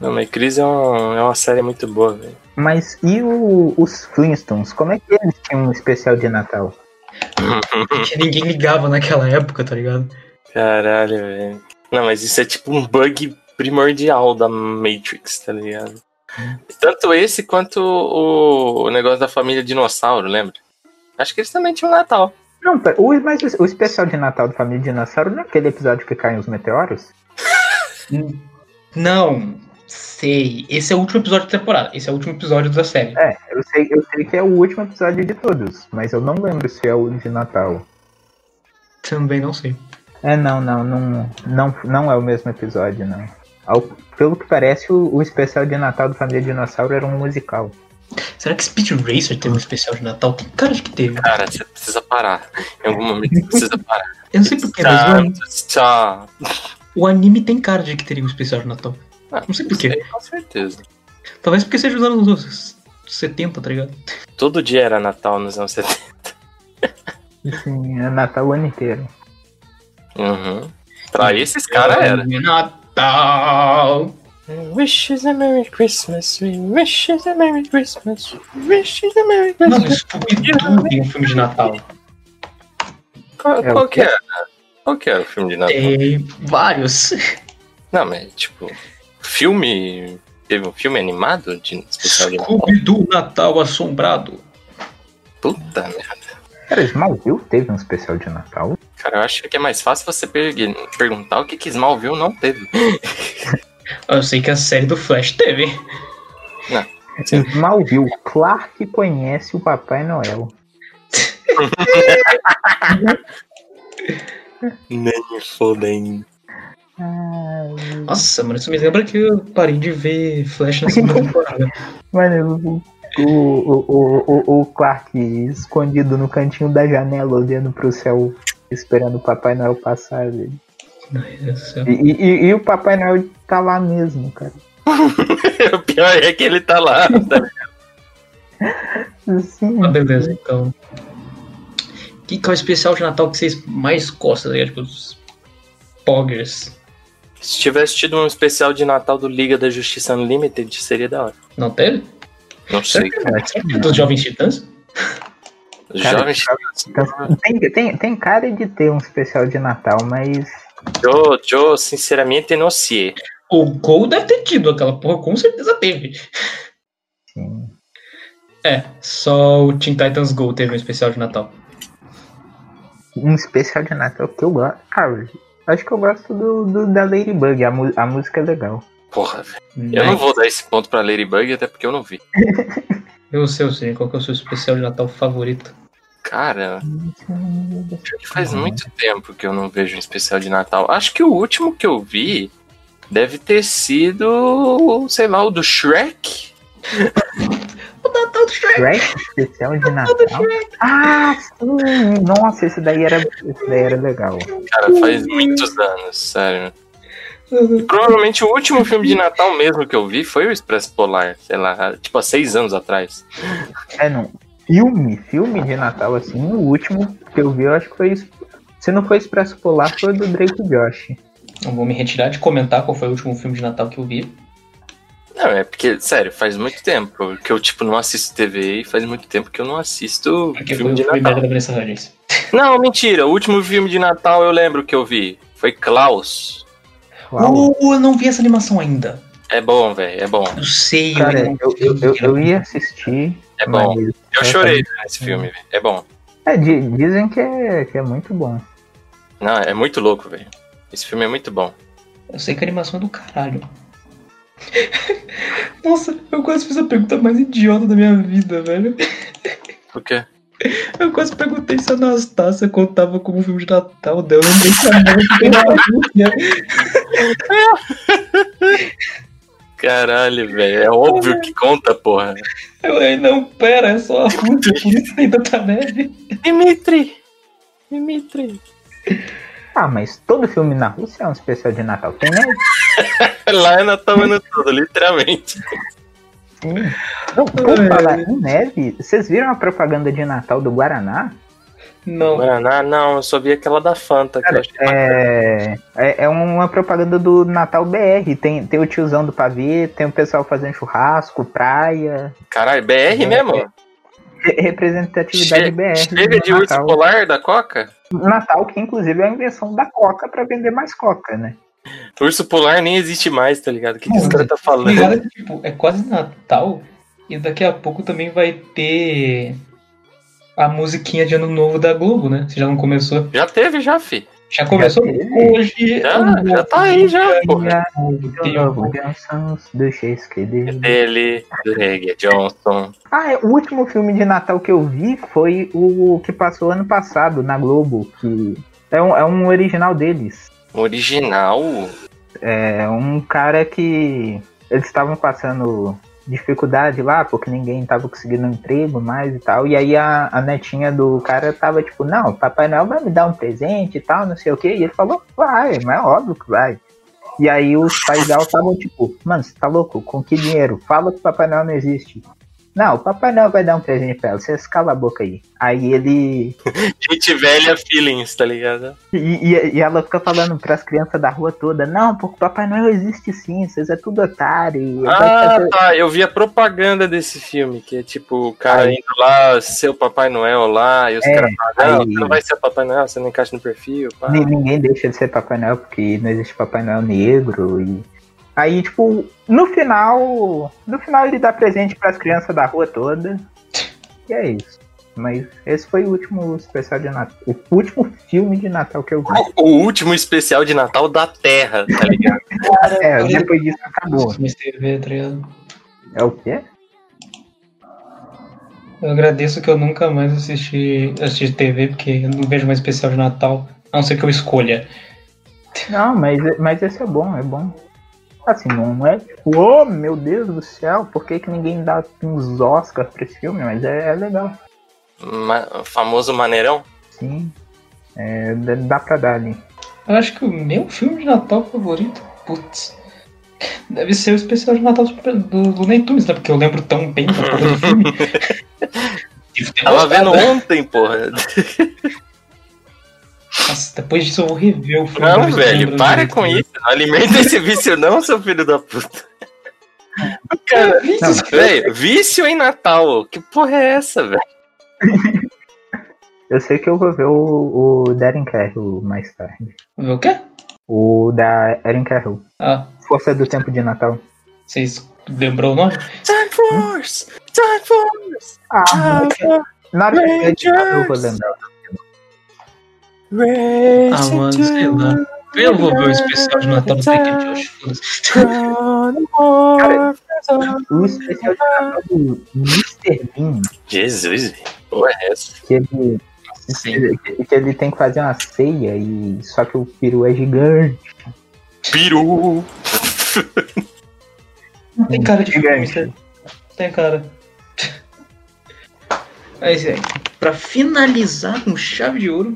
A: Não, mas Cris é, um- é uma série muito boa, velho.
B: Mas e o- os Flintstones? Como é que eles tinham um especial de Natal?
C: Porque ninguém ligava naquela época, tá ligado?
A: Caralho, velho. Não, mas isso é tipo um bug primordial da Matrix, tá ligado? Tanto esse quanto o, o negócio da família dinossauro, lembra? Acho que eles também tinham Natal.
B: Não, pera, o, mas o especial de Natal do Família Dinossauro não é aquele episódio que caem os meteoros?
C: Não, sei. Esse é o último episódio da temporada. Esse é o último episódio da série.
B: É, eu sei, eu sei que é o último episódio de todos, mas eu não lembro se é o de Natal.
C: Também não sei.
B: É, não, não, não, não, não é o mesmo episódio, não. Ao- pelo que parece, o, o especial de Natal do Família Dinossauro era um musical.
C: Será que Speed Racer teve um especial de Natal? Tem cara de que teve.
A: Cara, você precisa parar. Em algum momento você precisa parar.
C: Eu não sei porquê, mas o anime,
A: Tchau.
C: o anime tem cara de que teria um especial de Natal. Não sei por quê.
A: Ah, Com certeza.
C: Talvez porque seja os anos 70, tá ligado?
A: Todo dia era Natal nos anos 70.
B: Sim, é Natal o ano inteiro.
A: Uhum. Pra esses caras era.
C: Natal!
A: Wishes a Merry Christmas. Wishes a Merry Christmas. Wishes a Merry
C: Mano,
A: Christmas.
C: Scooby-Doo tem um filme de Natal.
A: Qual,
B: É,
A: qual
B: o
A: que era? Qual que era o filme de Natal?
C: Tem vários.
A: Não, mas tipo, filme. Teve um filme animado de especial de Natal?
C: Scooby-Doo Natal Assombrado.
A: Puta merda.
B: Cara, Smallville teve um especial de Natal?
A: Cara, eu acho que é mais fácil você pergue- perguntar o que, que Smallville não teve.
C: Eu sei que a série do Flash teve.
A: Sim.
B: Smallville, Clark conhece o Papai Noel.
A: Nem me fodendo.
B: Ai,
C: Nossa, mano, isso me lembra que eu parei de ver Flash na segunda temporada.
B: mano, o, o, o, o, o Clark escondido no cantinho da janela, olhando pro céu, esperando o Papai Noel passar. velho.
C: Ai, meu Deus do céu.
B: E, e- e- e o Papai Noel tá lá mesmo, cara.
A: o pior é que ele tá lá. tá?
B: Sim,
A: Hum.
C: Ah, beleza, então. O que, que é o especial de Natal que vocês mais gostam? Né? Tipo, os Poggers.
A: Se tivesse tido um especial de Natal do Liga da Justiça Unlimited, seria da hora.
C: Não teve?
A: Não
C: Será
A: sei.
C: que, será
A: Ah,
C: que é dos Jovens Titãs?
A: Jovem
B: Então, Tem, tem, tem cara de ter um especial de Natal, mas.
A: Joe, Joe, sinceramente, não sei.
C: O Gol deve ter tido aquela porra, com certeza teve.
B: Sim.
C: É, só o Teen Titans Go teve um especial de Natal.
B: Um especial de Natal que eu gosto. Cara, acho que eu gosto do, do- da Ladybug, a, mu- a música é legal.
A: Porra, velho. Eu não vou dar esse ponto pra Ladybug, até porque eu não vi.
C: Eu sei, eu sei, qual que é o seu especial de Natal favorito?
A: Cara, Uhum. faz muito tempo que eu não vejo um especial de Natal. Acho que o último que eu vi Deve ter sido, sei lá, o do Shrek.
C: O Natal do Shrek.
B: Shrek especial de
C: O Natal do
B: Natal.
C: Shrek.
B: Ah, sim! Nossa, esse daí era, esse daí era legal.
A: Cara, faz muitos anos, sério. Uhum. Provavelmente o último filme de Natal mesmo que eu vi foi o Expresso Polar, sei lá, tipo há seis anos atrás.
B: É, não. Filme, filme de Natal, assim, o último que eu vi, eu acho que foi isso. Se não foi Expresso Polar, foi o do Drake e Josh.
C: Não vou me retirar de comentar qual foi o último filme de Natal que eu vi.
A: Não, é porque, sério, faz muito tempo que eu, tipo, não assisto TV e faz muito tempo que eu não assisto
C: Porque foi
A: filme
C: o
A: de
C: primeiro
A: Natal.
C: da Vanessa Hudgens.
A: Não, mentira, o último filme de Natal eu lembro que eu vi. Foi Klaus.
B: Uau.
C: Uh, eu não vi essa animação ainda.
A: É bom, velho, é bom.
C: Eu sei,
B: Cara,
C: ainda
B: eu,
C: não
B: eu,
C: vi.
B: eu, eu ia assistir,
A: É bom.
B: mas...
A: Eu chorei nesse filme, velho. É bom.
B: É, di- dizem que é, que é muito bom.
A: Não, é muito louco, velho. Esse filme é muito bom.
C: Eu sei que a animação é do caralho. Nossa, eu quase fiz a pergunta mais idiota da minha vida, velho.
A: Por quê?
C: Eu quase perguntei se a Anastácia contava como um filme de Natal dela. Eu lembrei que a mãe tem uma múmia.
A: Caralho, velho. É óbvio que conta, porra.
C: Eu falei, não, pera, é só a múmia, por isso tem tanta neve.
A: Dimitri! Dimitri!
B: Ah, mas todo filme na Rússia é um especial de Natal. Tem, né?
A: Lá é Natal ano todo, literalmente.
B: Sim. Não, por falar em neve, vocês viram a propaganda de Natal do Guaraná?
C: Não,
A: Guaraná, ah, não, eu só vi aquela da Fanta. Que eu
B: Cara,
A: achei...
B: é, é, é uma propaganda do Natal BR. Tem, tem o tiozão do pavê, tem o pessoal fazendo churrasco, praia.
A: Caralho, é BR mesmo?
B: Re- Representatividade
A: Che-
B: BR.
A: Chega
B: no
A: de urso
B: Natal.
A: polar da Coca?
B: Natal, que inclusive é a invenção da Coca pra vender mais Coca, né?
A: Urso polar nem existe mais, tá ligado? O que, que
C: Não,
A: esse cara tá
C: Tá
A: falando?
C: ligado? Tipo, é quase Natal e daqui a pouco também vai ter a musiquinha de Ano Novo da Globo, né? Se já não começou.
A: Já teve, já, fi.
C: Já começou?
B: teve.
C: Hoje.
A: Já,
C: Ano
A: já
C: Novo,
A: tá aí, já,
C: Ano
A: porra.
C: Novo,
B: Eu
C: tem
B: novo
C: um-
B: canção do
A: É
B: Shakespeare.
A: Dele, do Reggae, Johnson.
B: Ah, é, o último filme de Natal que eu vi foi o que passou ano passado na Globo, que é um, é um original deles.
A: Original.
B: É um cara que eles estavam passando dificuldade lá, porque ninguém tava conseguindo um emprego mais e tal. E aí a, a netinha do cara tava tipo, não, Papai Noel vai me dar um presente e tal, não sei o quê. E ele falou, vai, mas é óbvio que vai. E aí os pais dela estavam tipo, mano, você tá louco? Com que dinheiro? Fala que Papai Noel não existe. Não, o Papai Noel vai dar um presente pra ela, vocês cala a boca aí. Aí ele.
A: Gente velha feelings, tá ligado?
B: E, e- e ela fica falando pras crianças da rua toda, não, porque o Papai Noel existe sim, vocês é tudo otário. e vai
A: Ah,
B: fazer-
A: tá. Eu vi a propaganda desse filme, que é tipo o cara
B: Aí.
A: indo lá, seu Papai Noel lá, e os
B: É,
A: caras falam, não,
B: aí.
A: você não vai ser Papai Noel, você não encaixa no perfil. Pá.
B: é-" Ni- Ninguém deixa de ser Papai Noel, porque não existe Papai Noel negro. E... Aí, tipo, no final. No final ele dá presente pras crianças da rua toda. E é isso. Mas esse foi o último especial de Natal. O último filme de Natal que eu vi.
A: O- O último especial de Natal da Terra, tá ligado?
B: É, depois disso acabou.
C: Comecei a ver, tá ligado?
B: É o quê?
C: Eu agradeço que eu nunca mais assisti, assisti TV, porque eu não vejo mais especial de Natal, a não ser que eu escolha.
B: Não, mas, mas esse é bom, é bom. Assim, não é tipo, oh meu Deus do céu, por que, que ninguém dá uns Oscars pra esse filme? Mas é- é legal.
A: Ma- famoso maneirão.
B: Sim. É, dá- dá pra dar ali.
C: Eu acho que o meu filme de Natal favorito, putz, deve ser o especial de Natal do, do, do Looney Tunes, né? Porque eu lembro tão bem da porra do filme. Devo ter
A: Tava
C: gostado.
A: vendo
B: né?
A: ontem, porra.
C: Nossa, depois disso eu vou rever o filme. pra
A: Não,
C: ver se eu
A: velho,
C: lembro
A: para
C: direito.
A: com isso. Não alimenta esse vício, não, seu filho da puta. Cara,
C: É, isso,
B: Não.
A: velho, vício em Natal. Que porra é essa, velho?
B: Eu sei que eu vou ver o, o da Erin Carroll mais tarde.
C: Vê O quê?
B: O da Erin Carroll.
C: Ah,
B: Força do Tempo de Natal.
C: vocês lembrou o nome?
A: Time Force! Time Force!
B: Ah,
A: Time Force!
B: na hora que eu tiver, eu vou
A: Rangers!
B: lembrar.
C: Ah, mano, sei lá. Eu vou ver o especial de Natal do Drake and Josh. foda-se.
B: O especial de Natal do Mr. Bean,
A: Jesus, velho. Porra é essa?
B: que ele,
C: Sim.
B: que ele tem que fazer uma ceia e só que o peru é gigante.
A: Peru!
C: Não tem cara de filme,
B: Gigante.
C: sério. Não Tem cara. Mas é, pra finalizar com chave de ouro,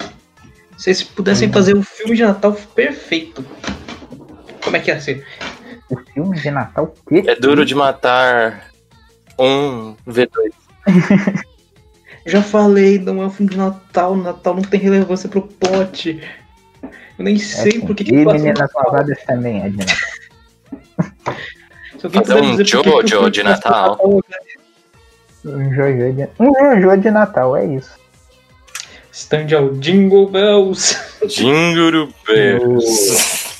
C: se vocês pudessem fazer um filme de Natal perfeito, como é que ia ser?
B: O filme de Natal perfeito.
A: É duro de matar um V2.
C: Já falei, não é um filme de Natal, Natal não tem relevância pro pote. Eu nem sei por que que
B: É assim, E
C: passa no
B: Meninas
C: Natal.
B: Malvadas também é de Natal.
C: Se alguém
A: Fazer
C: puder
A: um
C: dizer por que que o
A: Jojo
C: filme
A: de
C: passa no
A: Natal.
B: Um Jojo de, um Jojo de Natal, é isso.
C: Stand ao Jingle Bells.
A: Jinguru Bells.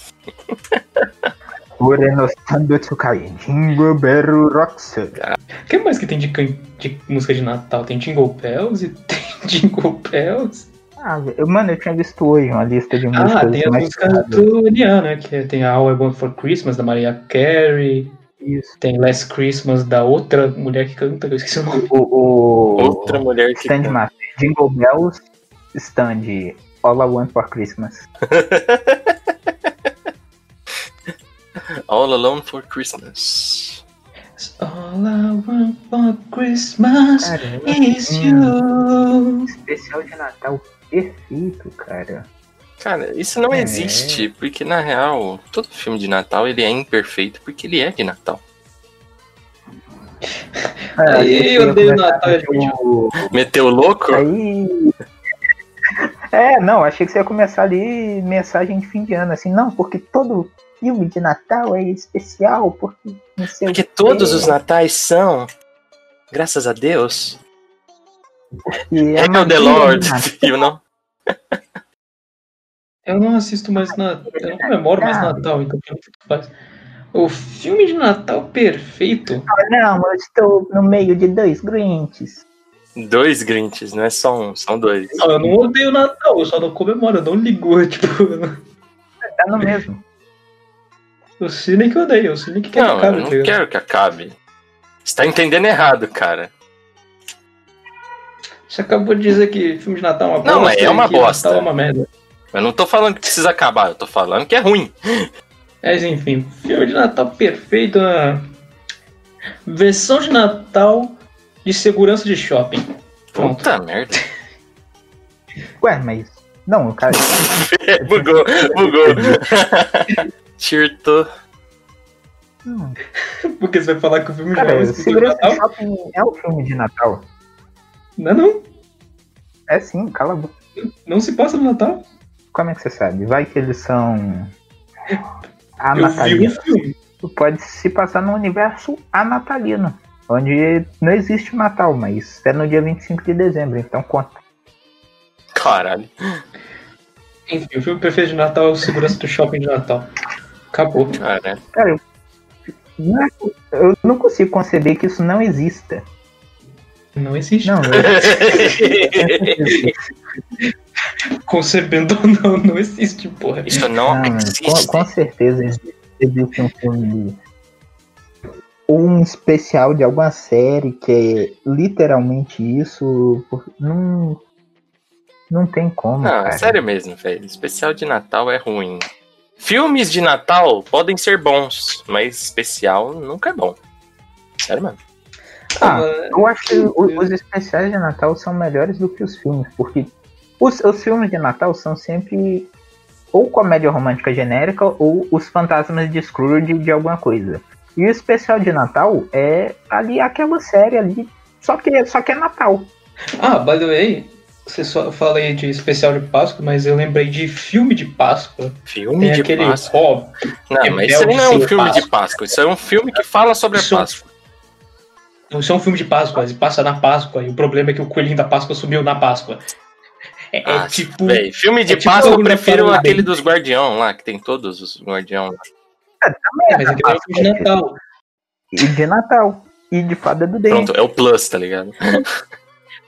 B: Urenostando Tsukai. Jingo Beru Roxo.
C: O que mais que tem de, can- de música de Natal? Tem Jingle Bells e tem Jingle Bells.
B: Ah, eu- mano, eu tinha visto hoje uma lista de músicas.
C: Ah, tem a
B: mais
C: música
B: tocadas.
C: do Nia, né? Que tem a All I Want for Christmas da Mariah Carey.
B: Isso.
C: Tem Last Christmas da outra mulher que canta, que eu esqueci o nome.
B: O, o
A: Outra mulher que.
B: Stand Master. Jingle Bells, Stand All I Want for Christmas.
A: All Alone for Christmas.
C: It's All I want for Christmas
B: Cara,
C: is
B: Ah, hum,
C: you.
B: especial de Natal perfeito, cara.
A: Cara, isso não
B: É.
A: existe, porque na real, todo filme de Natal ele é imperfeito porque ele é de Natal.
C: Aí,
B: esse
C: eu
B: ia
C: odeio
B: começar
C: Natal,
B: com o-
A: Meteu louco?
B: Aí. É, não, achei que você ia começar ali mensagem de fim de ano, assim, não, porque todo filme de Natal é especial, porque não sei o
A: Porque
B: que.
A: todos os natais são, graças a Deus, é
B: a
A: meu The
B: magia
A: Lord,
B: de Natal.
A: you know?
C: Eu não assisto
B: Ah,
C: mais Natal,
B: é
C: eu não comemoro mais
B: Cara.
C: Natal, então o que faz? O filme de Natal perfeito.
B: Ah, Não, eu estou no meio de dois grinches.
A: Dois Grinches, não é só um, são dois.
B: Ah,
C: Não, eu não odeio Natal, eu só não comemoro, eu não ligo, tipo, eu não-
B: Tá no mesmo.
C: o Cine que odeia, o Cine que quer
A: não,
C: que acabe,
A: eu
C: tá
A: não
C: ligado?
A: quero que acabe. Você tá entendendo errado, cara.
C: Você acabou de dizer que filme de Natal é uma bosta.
A: Não, mas é uma
C: e que
A: bosta.
C: Natal é uma merda.
A: Eu não tô falando que precisa acabar, eu tô falando que é ruim.
C: Mas enfim, filme de Natal perfeito. Né? Versão de Natal de segurança de shopping. Pronto.
A: Puta merda.
B: Ué, mas. Não, o cara.
A: Bugou, bugou. Tirtou.
B: Hum,
C: Porque você vai falar que o filme
B: cara,
C: de Natal é
B: Segurança
C: Natal?
B: Shopping é o filme de Natal.
C: Não, não.
B: É sim, cala a boca.
C: Não se passa no Natal.
B: Como é que você sabe? Vai que eles são.
C: Eu vi o
B: A Ah, Natalina.
C: filme.
B: Tu pode se passar num universo anatalino, onde não existe Natal, mas é no dia 25 de dezembro, então conta.
A: Caralho.
C: Enfim, o filme perfeito de Natal é o segurança do shopping de Natal. Acabou.
A: Cara,
B: Cara, eu, não é- eu não consigo conceber que isso não exista.
C: Não existe.
B: Não, eu-
C: Concebendo ou não, não existe, porra.
A: isso não,
B: não, mano,
A: existe.
B: com, com certeza existe, existe um filme de- ou um especial de alguma série que é literalmente isso. por- Não, não tem como.
A: Não, é
B: cara.
A: sério mesmo, velho. Especial de Natal é ruim. Filmes de Natal podem ser bons, mas especial nunca é bom. Sério mesmo. tá.
B: Ah,
C: Mas-
B: Eu acho que o- os especiais de Natal são melhores do que os filmes, porque os, os filmes de Natal são sempre ou comédia romântica genérica ou os fantasmas de Scrooge de alguma coisa. E o especial de Natal é ali aquela série ali, só que, só que é Natal.
C: Ah, by the way, você só fala aí de especial de Páscoa, mas eu lembrei de filme de Páscoa.
A: Filme
C: Tem
A: de
C: aquele
A: Páscoa.
C: Hobbit.
A: Não,
C: é
A: mas isso
C: Bel
A: não é um
C: de
A: filme de
C: Páscoa.
A: Páscoa. Isso é um filme que fala sobre a
C: Isso é um
A: Páscoa.
C: Isso é um filme de Páscoa, ele passa na Páscoa, e o problema é que o coelhinho da Páscoa sumiu na Páscoa. É, é
A: Ah,
C: tipo.
A: Véi, filme de
C: é tipo
A: Páscoa eu
C: alguém
A: prefiro
C: falando
A: aquele
C: bem.
A: dos Guardião lá, que tem todos os Guardião. lá.
C: É, mas aquele é um filme de Natal.
B: E de Natal. E de Fada do Dente.
A: Pronto, é o Plus, tá ligado?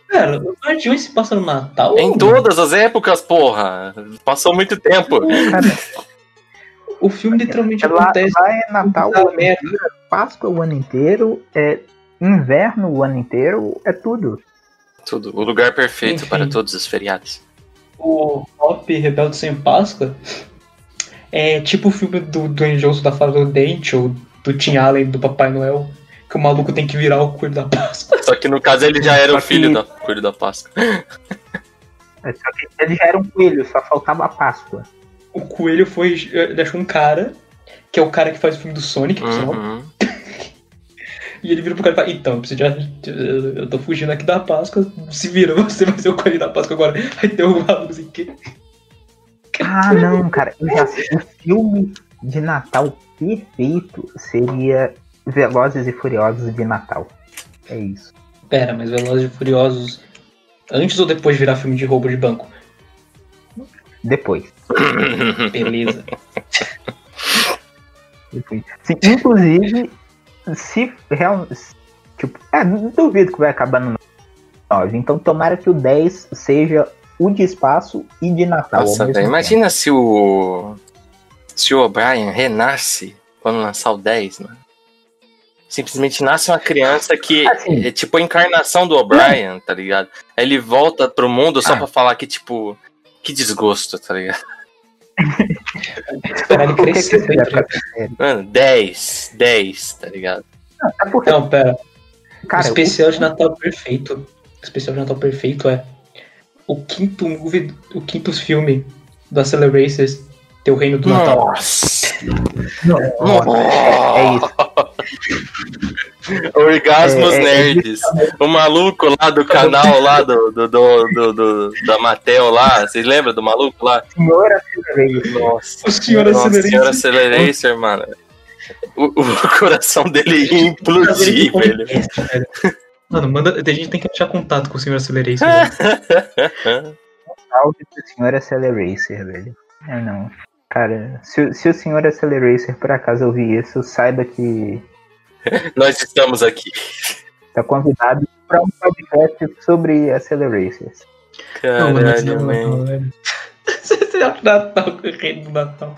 C: Cara, o Guardiões se passa no Natal?
A: Em todas as épocas, porra. Passou muito tempo.
B: Cara,
C: O filme literalmente
B: é lá,
C: Tipo, acontece.
B: lá é Natal o
C: Puta
B: ano
C: merda.
B: inteiro, é Páscoa o ano inteiro, é inverno o ano inteiro, é tudo.
A: Tudo. O lugar perfeito
C: Enfim.
A: para todos os feriados.
C: O Hop Rebelde Sem Páscoa É tipo o filme do Dwayne Johnson da Fada do Dente ou do Tim Allen do Papai Noel, que o maluco tem que virar o coelho da Páscoa.
A: Só que no caso ele já era
B: Só
A: o filho
B: que-
A: da Coelho da Páscoa.
B: É, Só que ele já era um coelho, só faltava a Páscoa.
C: O coelho foi. Ele achou um cara, que é o cara que faz o filme do Sonic, por sinal,
A: Uhum.
C: e ele vira pro cara e fala: Então, eu preciso de. eh, Eu eu tô fugindo aqui da Páscoa, se vira, você vai ser o coelho da Páscoa agora. Aí tem o maluco assim que.
B: Ah, não, cara. eu já sei. O filme de Natal perfeito seria Velozes e Furiosos de Natal. É isso.
C: Pera, mas Velozes e Furiosos, antes ou depois de virar filme de roubo de banco?
B: Depois.
C: Beleza.
B: Depois. Sim, inclusive, se realmente. Tipo, é, não duvido que vai acabar no 9. Então tomara que o 10 seja o de espaço e de Natal. ao
A: Nossa,
B: Tá mesmo
A: velho.
B: tempo.
A: Imagina se o. Se o O'Brien renasce quando lançar o 10, né? Simplesmente nasce uma criança que
B: Assim.
A: é tipo a encarnação do O'Brien, tá ligado? Aí ele volta pro mundo
B: Ah.
A: só pra falar que, tipo, que desgosto, tá ligado?
C: Esperar ele
B: O que que
C: crescer.
B: eles fizeram com
C: dentro.
B: essa série?
A: Mano, 10, 10, tá ligado?
B: É porque,
C: Não, pera.
B: cara,
C: o especial de Natal perfeito. O especial de Natal perfeito é o quinto movie, o quinto filme do Acceleraces, Teu Reino do Natal.
A: Nossa!
B: Não, é isso.
A: Orgasmos
B: É, é,
A: Nerds. O maluco lá do canal lá do, do, do, do- do- da Matel lá. Vocês lembram do maluco lá?
B: Senhor Accelerate.
A: Nossa.
C: O Senhor
A: Nossa
C: Acceleraces.
A: senhora Accelerator, mano. O, o coração dele ia implodir, velho.
C: velho. Mano, manda, a gente tem que achar contato com o Senhor Acceleraces.
B: É, Salve pro senhor Acceleracer, velho. Eu não. Cara, se, se o senhor Acceleracer por acaso ouvir isso, saiba que
A: Nós estamos aqui.
B: tá convidado pra um podcast sobre Acceleracers.
C: Não, mano, esse
A: Caralho,
C: não é
A: man.
C: Natal, velho. Esse é o Natal, o Reino do Natal.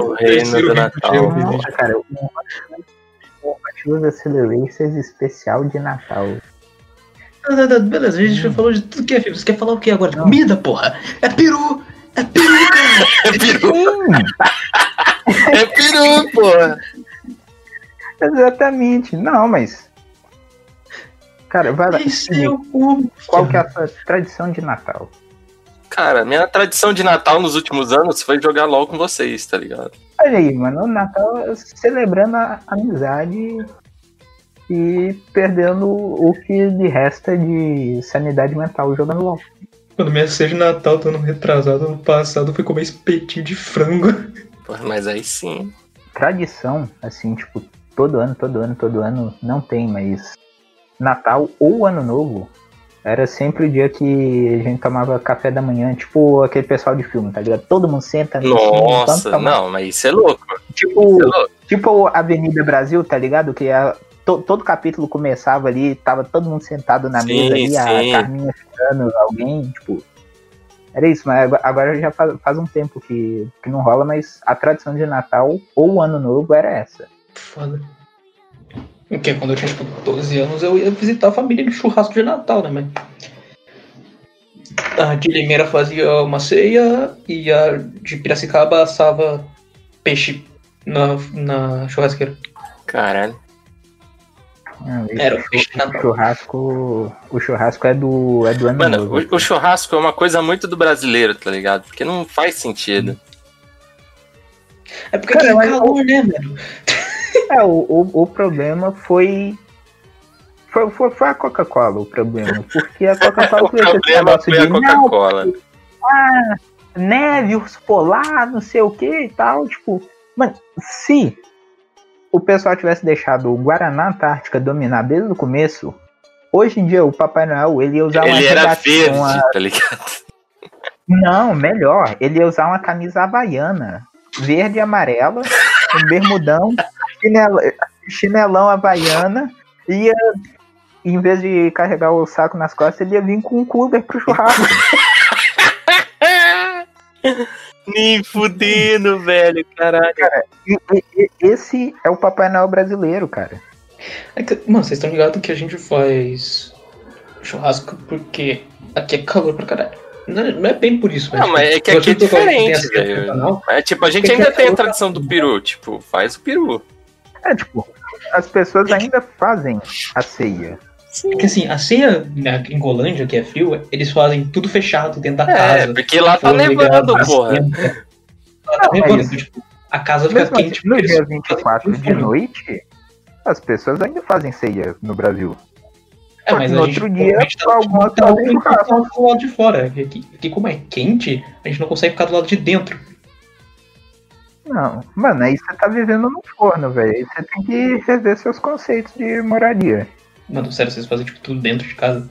A: O Reino do Natal.
B: Nossa, cara, um Matheus Acceleracers especial de Natal.
C: Não, não, não, beleza, a gente já falou de tudo que é filme. Você quer falar o que agora?
B: Hum. Não.
C: Comida, porra! É peru! É peru!
A: É peru,
B: Sim,
A: é peru, porra.
B: exatamente. Não, mas. Cara, vai lá.
C: Esse é o cubo.
B: Qual que é a sua tradição de Natal?
A: Cara, minha tradição de Natal nos últimos anos foi jogar LOL com vocês, tá ligado?
B: Olha aí, mano, o Natal é celebrando a amizade e perdendo o que lhe resta de sanidade mental jogando LOL.
C: Quando minha ceia de Natal, tô ano retrasado, ano passado, eu fui comer espetinho de frango.
A: Porra, mas aí sim.
B: Tradição, assim, tipo, todo ano, todo ano, todo ano, não tem, mas Natal ou Ano Novo era sempre o dia que a gente tomava café da manhã, tipo aquele pessoal de filme, tá ligado? Todo mundo senta. assim, vamos
A: Nossa,
B: tomar-
A: não, mas isso é louco.
B: Tipo,
A: Isso é louco.
B: Tipo Avenida Brasil, tá ligado? Que a- to- todo capítulo começava ali, tava todo mundo sentado na
A: Sim,
B: mesa ali,
A: sim.
B: a Carminha ficando, alguém, tipo. Era isso, mas agora- agora já faz, faz um tempo que, que não rola, mas a tradição de Natal ou Ano Novo era essa.
C: Foda. O que? Quando eu tinha, tipo, 12 anos, eu ia visitar a família no churrasco de Natal, né, mãe? A de Limeira fazia uma ceia e a de Piracicaba assava peixe na, na churrasqueira.
A: Caralho.
C: Era o peixe de
B: O
C: Natal.
B: churrasco, o churrasco é do, é do Ano
A: Mano,
B: Novo.
A: o, o churrasco é uma coisa muito do brasileiro, tá ligado? Porque não faz sentido.
C: É porque
B: Cara,
C: aqui é
B: mas-
C: calor, né, velho?
B: É, o, o, o problema foi. Foi, foi, foi a Coca-Cola o problema. Porque a Coca-Cola
A: É O
B: criou esse
A: problema
B: negócio
A: foi a
B: de, "Não,
A: Coca-Cola.
B: neve, urso polar, não sei o que e tal. Tipo, mano, se o pessoal tivesse deixado o Guaraná Antártica dominar desde o começo, hoje em dia o Papai Noel ele ia usar é uma
A: Ele era
B: regata-
A: verde,
B: uma-
A: tá ligado?
B: Não, melhor, ele ia usar uma camisa havaiana, verde e amarela, um bermudão, chinelo- chinelão havaiana, ia. Em vez de carregar o saco nas costas, ele ia vir com um cooler pro churrasco.
A: Nem fudendo, velho, caralho.
B: E- e- e- esse é o Papai Noel brasileiro, cara.
C: É que- mano, vocês estão ligados que a gente faz churrasco porque aqui é calor pra caralho. Não, não é bem por isso,
A: Não,
C: tipo,
A: mas é que
C: você
A: aqui é
C: tocar- tem
A: diferente,
C: essa questão
A: velho.
C: tradicional,
A: É tipo, a gente ainda tem a tradição do peru, tipo, faz o peru.
B: É, tipo, as pessoas ainda fazem a ceia.
C: é que assim, a ceia na Gringolândia, que é frio, eles fazem tudo fechado dentro da
A: É,
C: casa.
A: porque lá tá
C: Forno
A: nevando,
C: ligado,
A: porra.
C: assim, Lá tá
B: Não,
C: nevando,
B: mas-
C: então, tipo, a casa fica
B: Mesmo assim,
C: quente.
B: no
C: porque
B: dia
C: eles-
B: 24 de
C: fazem tudo.
B: noite, as pessoas ainda fazem ceia no Brasil.
C: É, mas
B: no
C: a gente,
B: outro
C: pô,
B: dia,
C: a gente tá,
B: alguma
C: tá
B: coisa
C: muito
B: faz.
C: do lado de fora. Porque aqui, porque como é quente, a gente não consegue ficar do lado de dentro.
B: Não, mano, aí você tá vivendo no forno, velho. Aí você tem que rever seus conceitos de moradia.
C: Mano, sério, vocês fazem tipo tudo dentro de casa.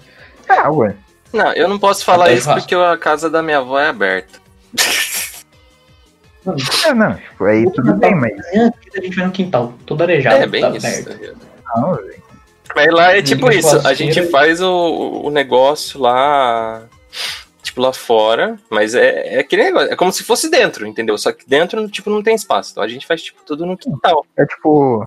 B: Ah, ué.
A: Não, eu não posso falar
C: Até
A: isso
C: churrasco.
A: porque a casa da minha avó é aberta.
C: Mano,
B: Não, não, tipo, aí tudo
C: é-
B: bem, mas
C: amanhã a gente vai no quintal, todo arejado.
A: É, bem
C: tá
A: isso.
C: aberto.
A: tá ligado?
B: não, velho.
A: Mas lá é tipo
C: Ninguém
A: isso, a
C: pode
A: gente
C: ter.
A: faz o, o negócio lá, tipo, lá fora, mas é, é aquele negócio, é como se fosse dentro, entendeu? Só que dentro, tipo, não tem espaço, então a gente faz, tipo, tudo no quintal.
B: É tipo,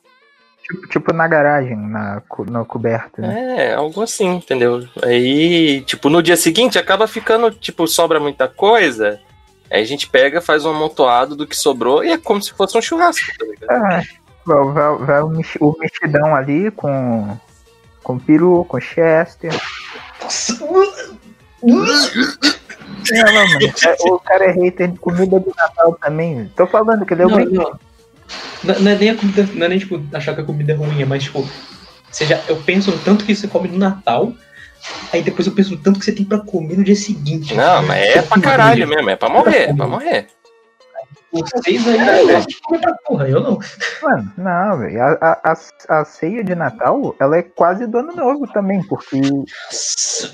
B: tipo, tipo na garagem, na, co- na coberta, né?
A: É, algo assim, entendeu? Aí, tipo, no dia seguinte acaba ficando, tipo, sobra muita coisa, aí a gente pega, faz um amontoado do que sobrou e é como se fosse um churrasco, tá
C: É.
A: ligado?
B: Ah, vai, vai, vai o, mexi- o mexidão ali com, com peru, com chester.
C: Nossa,
B: Sei lá, mano. o cara- O cara é hater de comida do Natal também. Tô falando que ele é
C: Não,
B: o bem-
C: não. Não, não é nem a comida, não é nem tipo achar que a comida é ruim, é mais tipo, você já, eu penso no tanto que você come no Natal, aí depois eu penso no tanto que você tem pra comer no dia seguinte.
A: Não, mas é pra caralho mesmo, é pra morrer, é pra morrer.
C: Vocês
A: é,
C: aí, eu gosto de comer pra porra, eu não.
B: Mano, não, velho. A, a, a- a ceia de Natal, ela é quase do ano novo também, porque você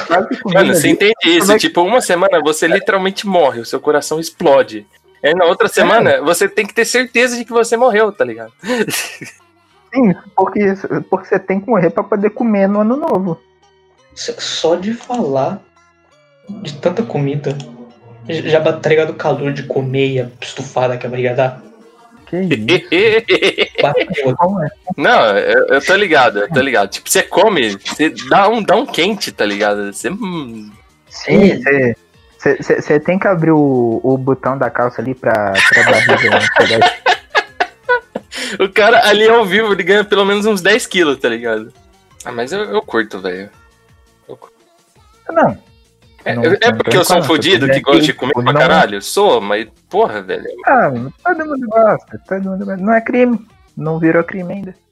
B: faz de comida
A: Mano, você
B: Tipo, ali,
A: entende
B: Como
A: isso?
B: é que- É.
A: Tipo, uma semana você literalmente morre, o seu coração explode. Aí na outra semana você tem que ter certeza de que você morreu, tá ligado?
B: sim, porque, porque você tem que morrer pra poder comer no ano novo.
C: S- Só de falar de tanta comida, j- já tá ligado o calor de comer e a estufada que a barriga dá?
B: Que isso?
C: Bateu aqui.
B: Como é?
A: Não, eu, eu tô ligado, eu tô ligado. Tipo, você come, você dá um, dá um quente, tá ligado? Você. hum,
B: Sim, você- você- você você tem que abrir o, o botão da calça ali pra, pra barriga. pegar.
A: O cara ali ao vivo, ele ganha pelo menos uns 10 quilos, tá ligado? Ah, mas eu, eu curto, velho.
B: Não.
A: É,
B: Não-
A: eu- é
B: não
A: porque
B: tem
A: eu sou um
B: como,
A: fodido
B: porque
A: que gosta de comer
B: tipo,
A: pra
B: não-
A: caralho? Sou, mas porra, velho.
B: Ah, todo mundo gosta, todo mundo gosta. Não é crime. Não virou crime ainda.